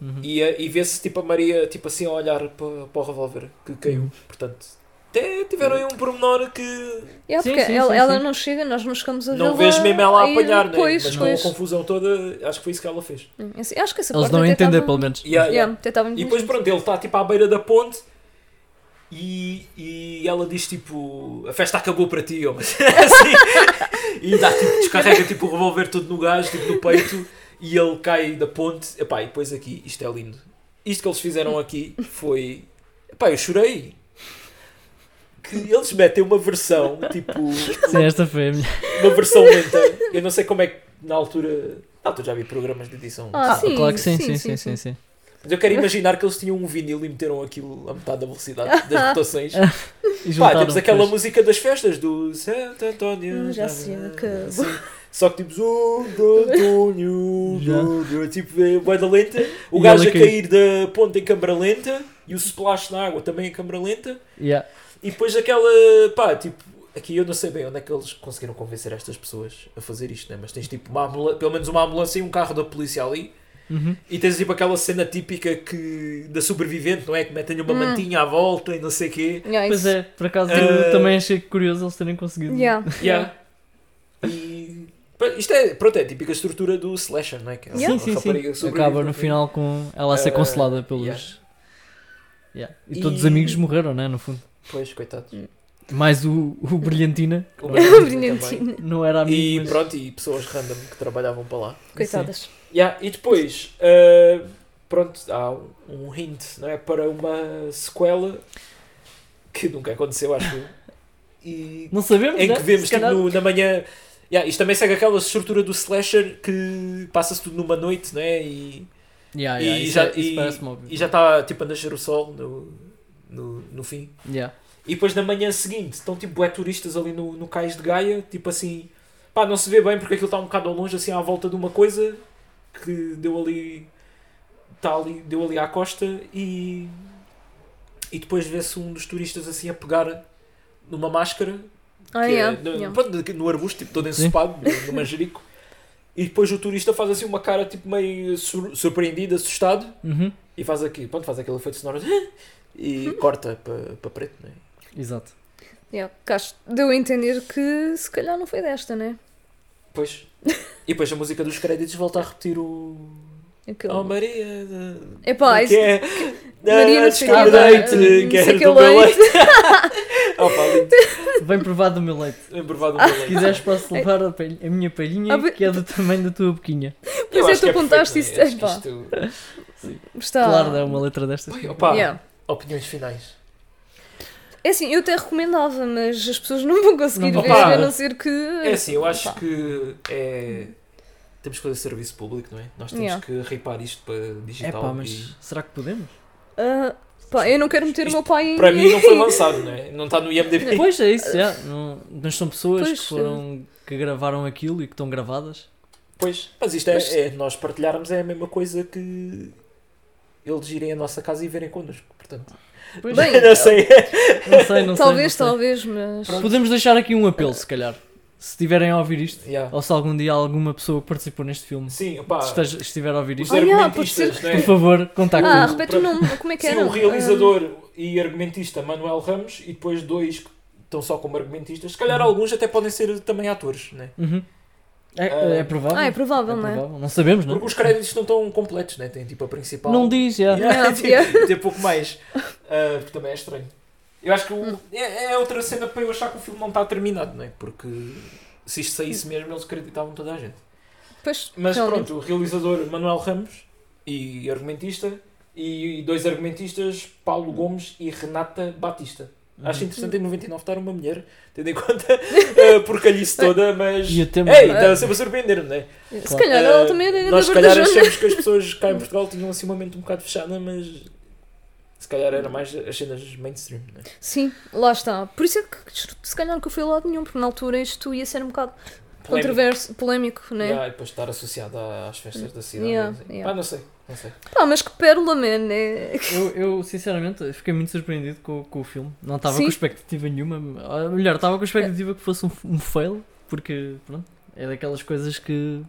Speaker 3: Uhum.
Speaker 2: E, eh, e vê-se tipo a Maria tipo assim a olhar para, para o revólver que caiu. Portanto, até tiveram aí um pormenor que
Speaker 1: Yeah,
Speaker 3: Sim,
Speaker 1: é porque
Speaker 3: sim,
Speaker 1: ela,
Speaker 3: sim,
Speaker 1: ela
Speaker 3: sim.
Speaker 1: não chega, nós não chegamos a ver.
Speaker 2: não vês mesmo ela a apanhar, né?
Speaker 1: Pois,
Speaker 2: mas com a
Speaker 1: pois.
Speaker 2: confusão toda, acho que foi isso que ela fez.
Speaker 1: Hum, assim, acho que essa
Speaker 3: Eles
Speaker 1: parte
Speaker 3: dão a
Speaker 1: até
Speaker 3: entender,
Speaker 1: tava-
Speaker 3: pelo menos.
Speaker 2: Yeah, yeah.
Speaker 1: Yeah, até tava muito
Speaker 2: E depois
Speaker 1: bonito.
Speaker 2: pronto, ele está tipo à beira da ponte e, e ela diz tipo a festa acabou para ti, homem. Assim. e dá, tipo, descarrega tipo, o revólver todo no gajo, tipo no peito, e ele cai da ponte. Epá, e depois aqui, isto é lindo. Isto que eles fizeram aqui foi. Epá, eu chorei. Que eles metem uma versão, tipo,
Speaker 3: Sim, esta foi a minha.
Speaker 2: uma versão lenta. Eu não sei como é que na altura. Na altura já vi programas de edição.
Speaker 1: Ah, sim,
Speaker 3: claro que sim,
Speaker 1: sim,
Speaker 3: sim,
Speaker 1: sim,
Speaker 3: sim, sim. sim.
Speaker 2: Mas eu quero imaginar que eles tinham um vinil e meteram aquilo a metade da velocidade das rotações.
Speaker 3: E
Speaker 2: Pá,
Speaker 3: juntaram
Speaker 2: temos aquela
Speaker 3: depois.
Speaker 2: música das festas do Santo António.
Speaker 1: Hum, já se acabou.
Speaker 2: Sim. Só que tipo, Santo António.
Speaker 3: Já.
Speaker 2: do- Tipo, é bué da lenta. O
Speaker 3: E
Speaker 2: gajo
Speaker 3: ela
Speaker 2: a cair da ponte em câmara lenta e o splash na água também em câmara lenta.
Speaker 3: Yeah.
Speaker 2: E depois aquela. pá, tipo. Aqui eu não sei bem onde é que eles conseguiram convencer estas pessoas a fazer isto, né? mas tens tipo uma ambula- pelo menos uma ambulância e um carro da polícia ali
Speaker 3: Uhum.
Speaker 2: e tens tipo aquela cena típica que da sobrevivente, não é? Que metem uma mantinha à volta e não sei o quê.
Speaker 1: Yeah,
Speaker 3: Pois
Speaker 1: isso-
Speaker 3: é, por acaso
Speaker 2: Eh,
Speaker 3: eu também achei curioso eles terem conseguido.
Speaker 1: Yeah.
Speaker 2: Yeah. E pá, isto é, pronto, é a típica estrutura do slasher, não é? Que é uma
Speaker 3: Sim, sim,
Speaker 2: rapariga né? que
Speaker 3: sim.
Speaker 2: sobrevive
Speaker 3: Acaba no final com ela a ser
Speaker 2: Eh,
Speaker 3: consolada pelos.
Speaker 2: yeah.
Speaker 3: Yeah. E todos os
Speaker 2: E-
Speaker 3: amigos morreram, né? No fundo.
Speaker 2: Pois, coitado.
Speaker 3: Mais o, o Brilhantina,
Speaker 2: O
Speaker 1: Brilhantina.
Speaker 3: não era amigo.
Speaker 2: E
Speaker 3: mas-
Speaker 2: pronto, e pessoas random que trabalhavam para lá.
Speaker 1: Coitadas.
Speaker 2: Yeah, e depois, ah, pronto, há um- um hint, não é? Para uma sequela que nunca aconteceu, acho eu. E
Speaker 3: Não sabemos,
Speaker 2: em
Speaker 3: né?
Speaker 2: que vemos
Speaker 3: Se
Speaker 2: tipo,
Speaker 3: calhar-
Speaker 2: no- na manhã. Yeah, isto também segue aquela estrutura do slasher que passa-se tudo numa noite, não é? E,
Speaker 3: Yeah,
Speaker 2: e
Speaker 3: yeah, isso,
Speaker 2: já-
Speaker 3: é- isso
Speaker 2: e-
Speaker 3: parece-me óbvio.
Speaker 2: e já está tipo a nascer o sol no, no, no fim.
Speaker 3: Yeah.
Speaker 2: E depois na manhã seguinte estão tipo bué turistas ali no, no cais de Gaia, tipo assim, pá, não se vê bem porque aquilo está um bocado ao longe, assim à volta de uma coisa que deu ali, tá ali deu ali à costa e, e depois vê-se um dos turistas assim a pegar numa máscara
Speaker 1: Ah,
Speaker 2: que é
Speaker 1: yeah,
Speaker 2: no,
Speaker 1: yeah.
Speaker 2: pronto, que- no arbusto, tipo, todo ensopado, no, no manjerico. E depois o turista faz assim uma cara tipo meio sur- surpreendido, assustado,
Speaker 3: Uhum.
Speaker 2: e faz aqui, pronto, faz aquele efeito sonoro de, e corta para preto, não é?
Speaker 3: Exato.
Speaker 1: Yeah. que acho- Deu a entender que se calhar não foi desta, né?
Speaker 2: Pois. E depois a música dos créditos volta a repetir o.
Speaker 1: Aquele...
Speaker 2: Oh Maria. da-
Speaker 1: Epá,
Speaker 2: que
Speaker 1: isso...
Speaker 2: é.
Speaker 1: Maria não
Speaker 2: Ah,
Speaker 1: sei
Speaker 2: desculpa,
Speaker 1: quê, pá,
Speaker 2: leite,
Speaker 1: não sei
Speaker 2: quero
Speaker 1: que é
Speaker 2: do meu
Speaker 1: leite.
Speaker 2: leite. Oh, pá, leite.
Speaker 3: Vem provar do meu leite.
Speaker 2: Bem provado o meu
Speaker 3: Se
Speaker 2: leite.
Speaker 3: quiseres, posso levar a, palhi- É- a minha palhinha,
Speaker 1: Ah, mas-
Speaker 3: que é do tamanho da tua boquinha.
Speaker 1: Pois
Speaker 2: Eu
Speaker 1: é,
Speaker 2: acho
Speaker 1: tu
Speaker 2: que
Speaker 1: apontaste
Speaker 2: perfeito,
Speaker 1: isso,
Speaker 2: não é? Acho que isto- é?
Speaker 1: Está...
Speaker 3: Claro,
Speaker 2: né?
Speaker 3: dá uma letra destas.
Speaker 2: Ui, opá,
Speaker 1: Yeah.
Speaker 2: opiniões finais.
Speaker 1: É assim, eu até recomendava, mas as pessoas não vão conseguir
Speaker 3: Não
Speaker 1: ver,
Speaker 2: vão.
Speaker 1: a não ser que...
Speaker 2: É assim, eu acho
Speaker 1: Opá.
Speaker 2: que é. Temos que fazer serviço público, não é? Nós temos
Speaker 1: Yeah.
Speaker 2: que ripar isto para
Speaker 3: É
Speaker 2: digital.
Speaker 3: pá,
Speaker 2: e-
Speaker 3: mas será que podemos?
Speaker 1: Ah, pá, eu não quero meter o meu pai em...
Speaker 2: Para mim não foi lançado, não é? Não está no IMDb.
Speaker 3: Pois é isso, já. Não, mas são pessoas
Speaker 1: Pois,
Speaker 3: que foram que gravaram aquilo e que estão gravadas.
Speaker 2: Pois, mas isto é,
Speaker 1: Mas-
Speaker 2: é- nós partilharmos é a mesma coisa que eles irem à nossa casa e verem connosco, portanto.
Speaker 3: Pois,
Speaker 1: Bem,
Speaker 2: não sei.
Speaker 3: não sei, não
Speaker 1: Talvez,
Speaker 3: sei. Não
Speaker 1: talvez, mas...
Speaker 3: sei. Podemos deixar aqui um apelo, se calhar. Se tiverem a ouvir isto,
Speaker 2: Yeah.
Speaker 3: ou se algum dia alguma pessoa que participou neste filme
Speaker 2: Sim, opá.
Speaker 3: Oh, se esteja- estiver a ouvir
Speaker 2: Os
Speaker 3: isto,
Speaker 1: Ah, yeah,
Speaker 2: argumentistas,
Speaker 3: por
Speaker 2: não é?
Speaker 3: favor,
Speaker 1: Ah,
Speaker 3: contactem-nos.
Speaker 1: repete o nome, como é que
Speaker 2: Sim,
Speaker 1: era?
Speaker 2: o um realizador e argumentista Manuel Ramos e depois dois que estão só como argumentistas. Se calhar alguns até podem ser também atores, não é?
Speaker 3: Uhum. É,
Speaker 2: Ah.
Speaker 3: é provável.
Speaker 1: Ah, é provável,
Speaker 3: É
Speaker 1: não é?
Speaker 3: provável. Não sabemos, não é?
Speaker 2: Porque os créditos não estão completos, né? Tem tipo a principal.
Speaker 3: Não diz, já.
Speaker 2: Yeah,
Speaker 1: Não,
Speaker 2: tem, tem pouco mais. Ah, porque também é estranho. Eu acho que o- é, é outra cena para eu achar que o filme não está terminado, não é? Porque se isto saísse mesmo, eles acreditavam toda a gente.
Speaker 1: Pois,
Speaker 2: Hum. Mas
Speaker 1: realmente.
Speaker 2: pronto, o realizador Manuel Ramos e argumentista. E dois argumentistas, Paulo Gomes e Renata Batista. Acho interessante em 99 estar uma mulher, tendo em conta eh, a porcalhice toda, mas.
Speaker 3: E o tema.
Speaker 2: Ei, está sempre a surpreender-me, não é?
Speaker 1: Se calhar
Speaker 2: Eh,
Speaker 1: ela também era da
Speaker 2: Nós, se calhar,
Speaker 1: Guarda-Jona.
Speaker 2: achamos que as pessoas cá em Portugal tinham assim uma mente um bocado fechada, mas se calhar era mais as cenas mainstream, né?
Speaker 1: Sim, lá está. Por isso é que se calhar nunca fui a lado nenhum, porque na altura isto ia ser um bocado controverso, polémico, né?
Speaker 2: Yeah, Ah, e depois estar associado à- às festas da cidade.
Speaker 1: Yeah,
Speaker 2: assim.
Speaker 1: yeah.
Speaker 2: Ah, não sei, não sei.
Speaker 1: Pá, mas que pérola, man, é...
Speaker 3: Eu, eu, sinceramente fiquei muito surpreendido com, com o filme. Não estava
Speaker 1: Sim. É.
Speaker 3: com expectativa nenhuma. Ou Melhor, estava com expectativa que fosse um, f- um fail, porque pronto, é daquelas coisas que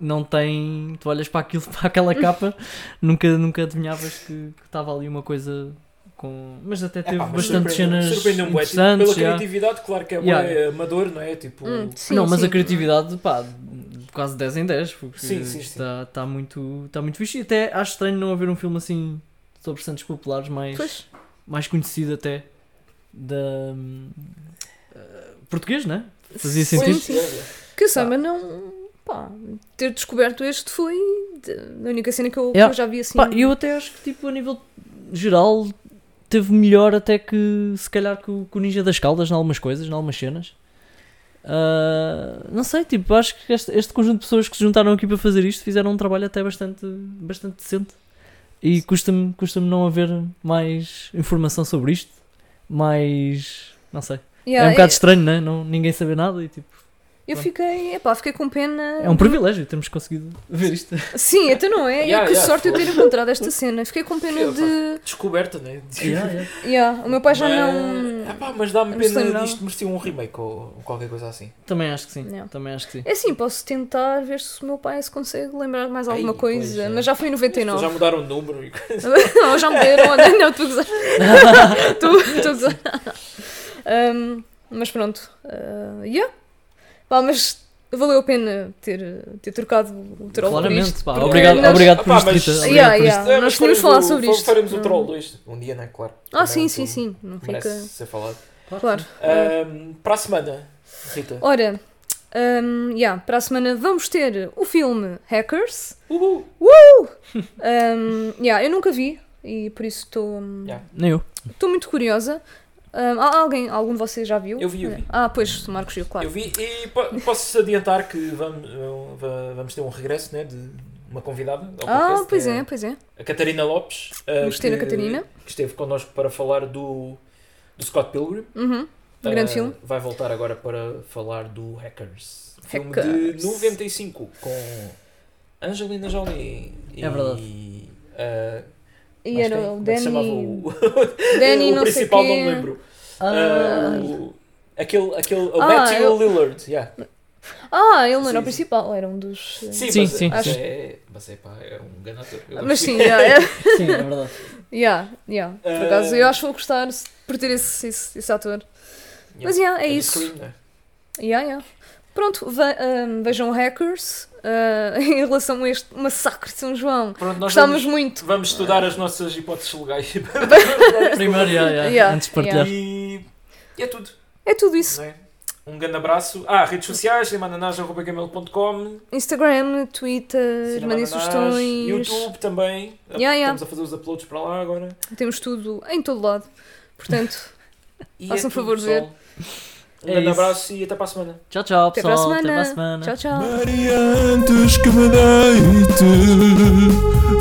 Speaker 3: não tem. Tu olhas para aquilo, para aquela capa, nunca, nunca adivinhavas que que estava ali uma coisa com. Mas até teve
Speaker 2: Epá, mas
Speaker 3: bastantes
Speaker 2: surpreendeu-
Speaker 3: cenas
Speaker 2: surpreendeu-me, bué, tipo,
Speaker 3: interessantes.
Speaker 2: Pela
Speaker 3: já.
Speaker 2: criatividade, claro que é bué
Speaker 3: Yeah.
Speaker 2: amador, não é? Tipo,
Speaker 1: Hum, sim,
Speaker 3: não, mas
Speaker 1: sim.
Speaker 3: a criatividade, pá, quase 10 em 10, porque
Speaker 2: Sim, sim, sim.
Speaker 3: está, está muito, está muito fixe. E até acho estranho não haver um filme assim sobre santos populares mais,
Speaker 1: Pois.
Speaker 3: mais conhecido até da hum, eh, português, né? Fazia
Speaker 1: Sim,
Speaker 3: sentido.
Speaker 1: sim.
Speaker 2: yeah, yeah.
Speaker 1: Que eu saiba, não... Pá, ter descoberto este foi de- a única cena que eu, que
Speaker 3: Yeah.
Speaker 1: eu já vi assim.
Speaker 3: Pá, eu até acho que tipo a nível geral teve melhor até que se calhar que o, que o Ninja das Caldas em algumas coisas, em algumas cenas. Ah, não sei, tipo, acho que este, este conjunto de pessoas que se juntaram aqui para fazer isto fizeram um trabalho até bastante, bastante decente. E custa-me custa não haver mais informação sobre isto, mais. Não sei.
Speaker 1: Yeah,
Speaker 3: é um bocado
Speaker 1: eu-
Speaker 3: estranho, né? não Ninguém saber nada e tipo.
Speaker 1: Eu fiquei, epá, fiquei com pena.
Speaker 3: É um privilégio termos conseguido ver isto.
Speaker 1: Sim, então não é?
Speaker 2: Yeah,
Speaker 1: e que
Speaker 2: yeah,
Speaker 1: sorte eu
Speaker 2: foi.
Speaker 1: ter encontrado esta cena. Fiquei com pena
Speaker 2: Eu,
Speaker 1: de.
Speaker 2: Descoberta, né?
Speaker 1: Yeah, o meu pai já
Speaker 2: Ah,
Speaker 1: não.
Speaker 2: pá, mas dá-me
Speaker 1: não se
Speaker 2: pena
Speaker 1: lembrava.
Speaker 2: disto merecia um remake ou ou qualquer coisa assim.
Speaker 3: Também acho que sim.
Speaker 1: Não.
Speaker 3: Também acho que sim.
Speaker 1: É assim, posso tentar ver se o meu pai se consegue lembrar de mais alguma
Speaker 2: Ai, pois,
Speaker 1: coisa,
Speaker 2: é.
Speaker 1: mas já foi em
Speaker 2: As pessoas
Speaker 1: 99.
Speaker 2: Já mudaram o número e
Speaker 1: Ou já morreram, olha, não, estou a gozar. Estou- Estou a gozar. Um, mas pronto. Uh, yeah. Pá, mas valeu a pena ter, ter trocado o troll por
Speaker 3: Claramente,
Speaker 1: isto,
Speaker 3: pá.
Speaker 1: porque
Speaker 3: Obrigado,
Speaker 1: nós-
Speaker 3: obrigado por
Speaker 2: Epá, É,
Speaker 3: isto,
Speaker 2: mas-
Speaker 3: Rita. Obrigado
Speaker 1: Yeah,
Speaker 3: por
Speaker 1: yeah.
Speaker 3: isto.
Speaker 1: Ah, nós tínhamos de falar sobre isto.
Speaker 2: Faremos o
Speaker 1: Não.
Speaker 2: troll isto. Um dia, não é? Claro.
Speaker 1: Ah,
Speaker 2: Também
Speaker 1: sim,
Speaker 2: um
Speaker 1: sim, sim.
Speaker 2: filme
Speaker 1: Não
Speaker 2: que
Speaker 1: fica.
Speaker 2: Merece ser falado.
Speaker 1: Claro.
Speaker 2: Ahm, para a Ah, semana, Rita.
Speaker 1: Ora, hum, yeah, para a semana vamos ter o filme Hackers.
Speaker 2: Uhul.
Speaker 1: Hum, yeah, eu nunca vi e por isso estou hum,
Speaker 2: Yeah.
Speaker 3: Nem eu.
Speaker 1: estou muito curiosa. Hum, há alguém, algum de vocês já viu?
Speaker 2: Eu vi, eu vi.
Speaker 1: Ah, pois, o Marcos viu, claro.
Speaker 2: Eu vi e po- posso adiantar que vamos, va- vamos ter um regresso né, de uma convidada. ao
Speaker 1: ah,
Speaker 2: podcast,
Speaker 1: pois
Speaker 2: né?
Speaker 1: é, pois é.
Speaker 2: A Catarina Lopes. ah,
Speaker 1: Vamos ter a
Speaker 2: que-
Speaker 1: Catarina.
Speaker 2: Que esteve connosco para falar do, do Scott Pilgrim.
Speaker 1: Uhum.
Speaker 2: Ah,
Speaker 1: Grande filme.
Speaker 2: Vai voltar agora para falar do Hackers. Filme
Speaker 1: Hackers.
Speaker 2: de 95 com Angelina Jolie. E,
Speaker 3: É verdade.
Speaker 2: ah,
Speaker 1: E
Speaker 2: mais
Speaker 1: era
Speaker 2: quem?
Speaker 1: o
Speaker 2: Como é que se chamava
Speaker 1: Danny.
Speaker 2: o-
Speaker 1: Danny,
Speaker 2: o
Speaker 1: não sei
Speaker 2: principal não
Speaker 1: quê.
Speaker 2: me lembro.
Speaker 1: Ah.
Speaker 2: Ah, o- Aquele, aquele, o
Speaker 1: Ah,
Speaker 2: Matthew
Speaker 1: eu-
Speaker 2: Lillard, yeah.
Speaker 1: Ah, ele não era
Speaker 2: Sim,
Speaker 1: o principal, era um dos.
Speaker 2: Sim,
Speaker 3: Sim,
Speaker 2: mas,
Speaker 3: sim,
Speaker 2: mas
Speaker 1: sim.
Speaker 2: É, mas é, pá, é um grande ator. Eu
Speaker 1: Mas
Speaker 2: gosto.
Speaker 1: sim, yeah, é-
Speaker 3: Sim, é verdade.
Speaker 1: Yeah, yeah. Por acaso,
Speaker 2: Ah.
Speaker 1: eu acho que vou gostar por ter esse, esse, esse ator. Mas yeah, é
Speaker 2: do
Speaker 1: isso.
Speaker 2: Scream, né?
Speaker 1: Yeah, yeah. Pronto, ve- ahm, vejam Hackers ah, em relação a este massacre de São João.
Speaker 2: Pronto, nós
Speaker 1: Gostámos
Speaker 2: vamos,
Speaker 1: muito.
Speaker 2: vamos estudar as nossas hipóteses legais.
Speaker 3: Primeiro, yeah, yeah,
Speaker 1: Yeah,
Speaker 3: antes de partilhar.
Speaker 2: E, e é tudo.
Speaker 1: É tudo isso.
Speaker 2: né? Um grande abraço. Ah, redes sociais, limananás.gmail.com
Speaker 1: Instagram, Twitter,
Speaker 2: Cinema
Speaker 1: mandem
Speaker 2: Ananás,
Speaker 1: sugestões.
Speaker 2: YouTube também.
Speaker 1: Yeah, yeah.
Speaker 2: Estamos a fazer os uploads para lá agora.
Speaker 1: Temos tudo em todo lado. Portanto,
Speaker 2: E é
Speaker 1: Façam
Speaker 2: tudo,
Speaker 1: favor de ver.
Speaker 2: pessoal. Um
Speaker 3: É
Speaker 2: grande
Speaker 3: isso.
Speaker 2: abraço e até para a semana.
Speaker 3: Tchau, tchau,
Speaker 1: até para a
Speaker 3: pessoal. Até para a
Speaker 1: semana. Tchau,
Speaker 3: semana.
Speaker 1: tchau.
Speaker 4: Mariantes que me deite,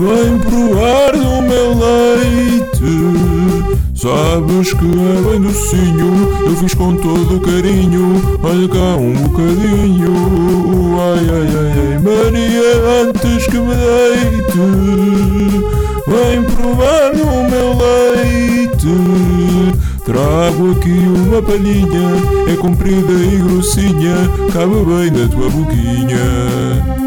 Speaker 4: vem proar do meu leite. Sabes que é bem docinho, eu fiz com todo o carinho. Olha cá um bocadinho, ai ai ai ai. Mariantes que me deite, vem provar do meu leite. Trago aqui uma palhinha, é comprida e grossinha, cabe bem na tua boquinha.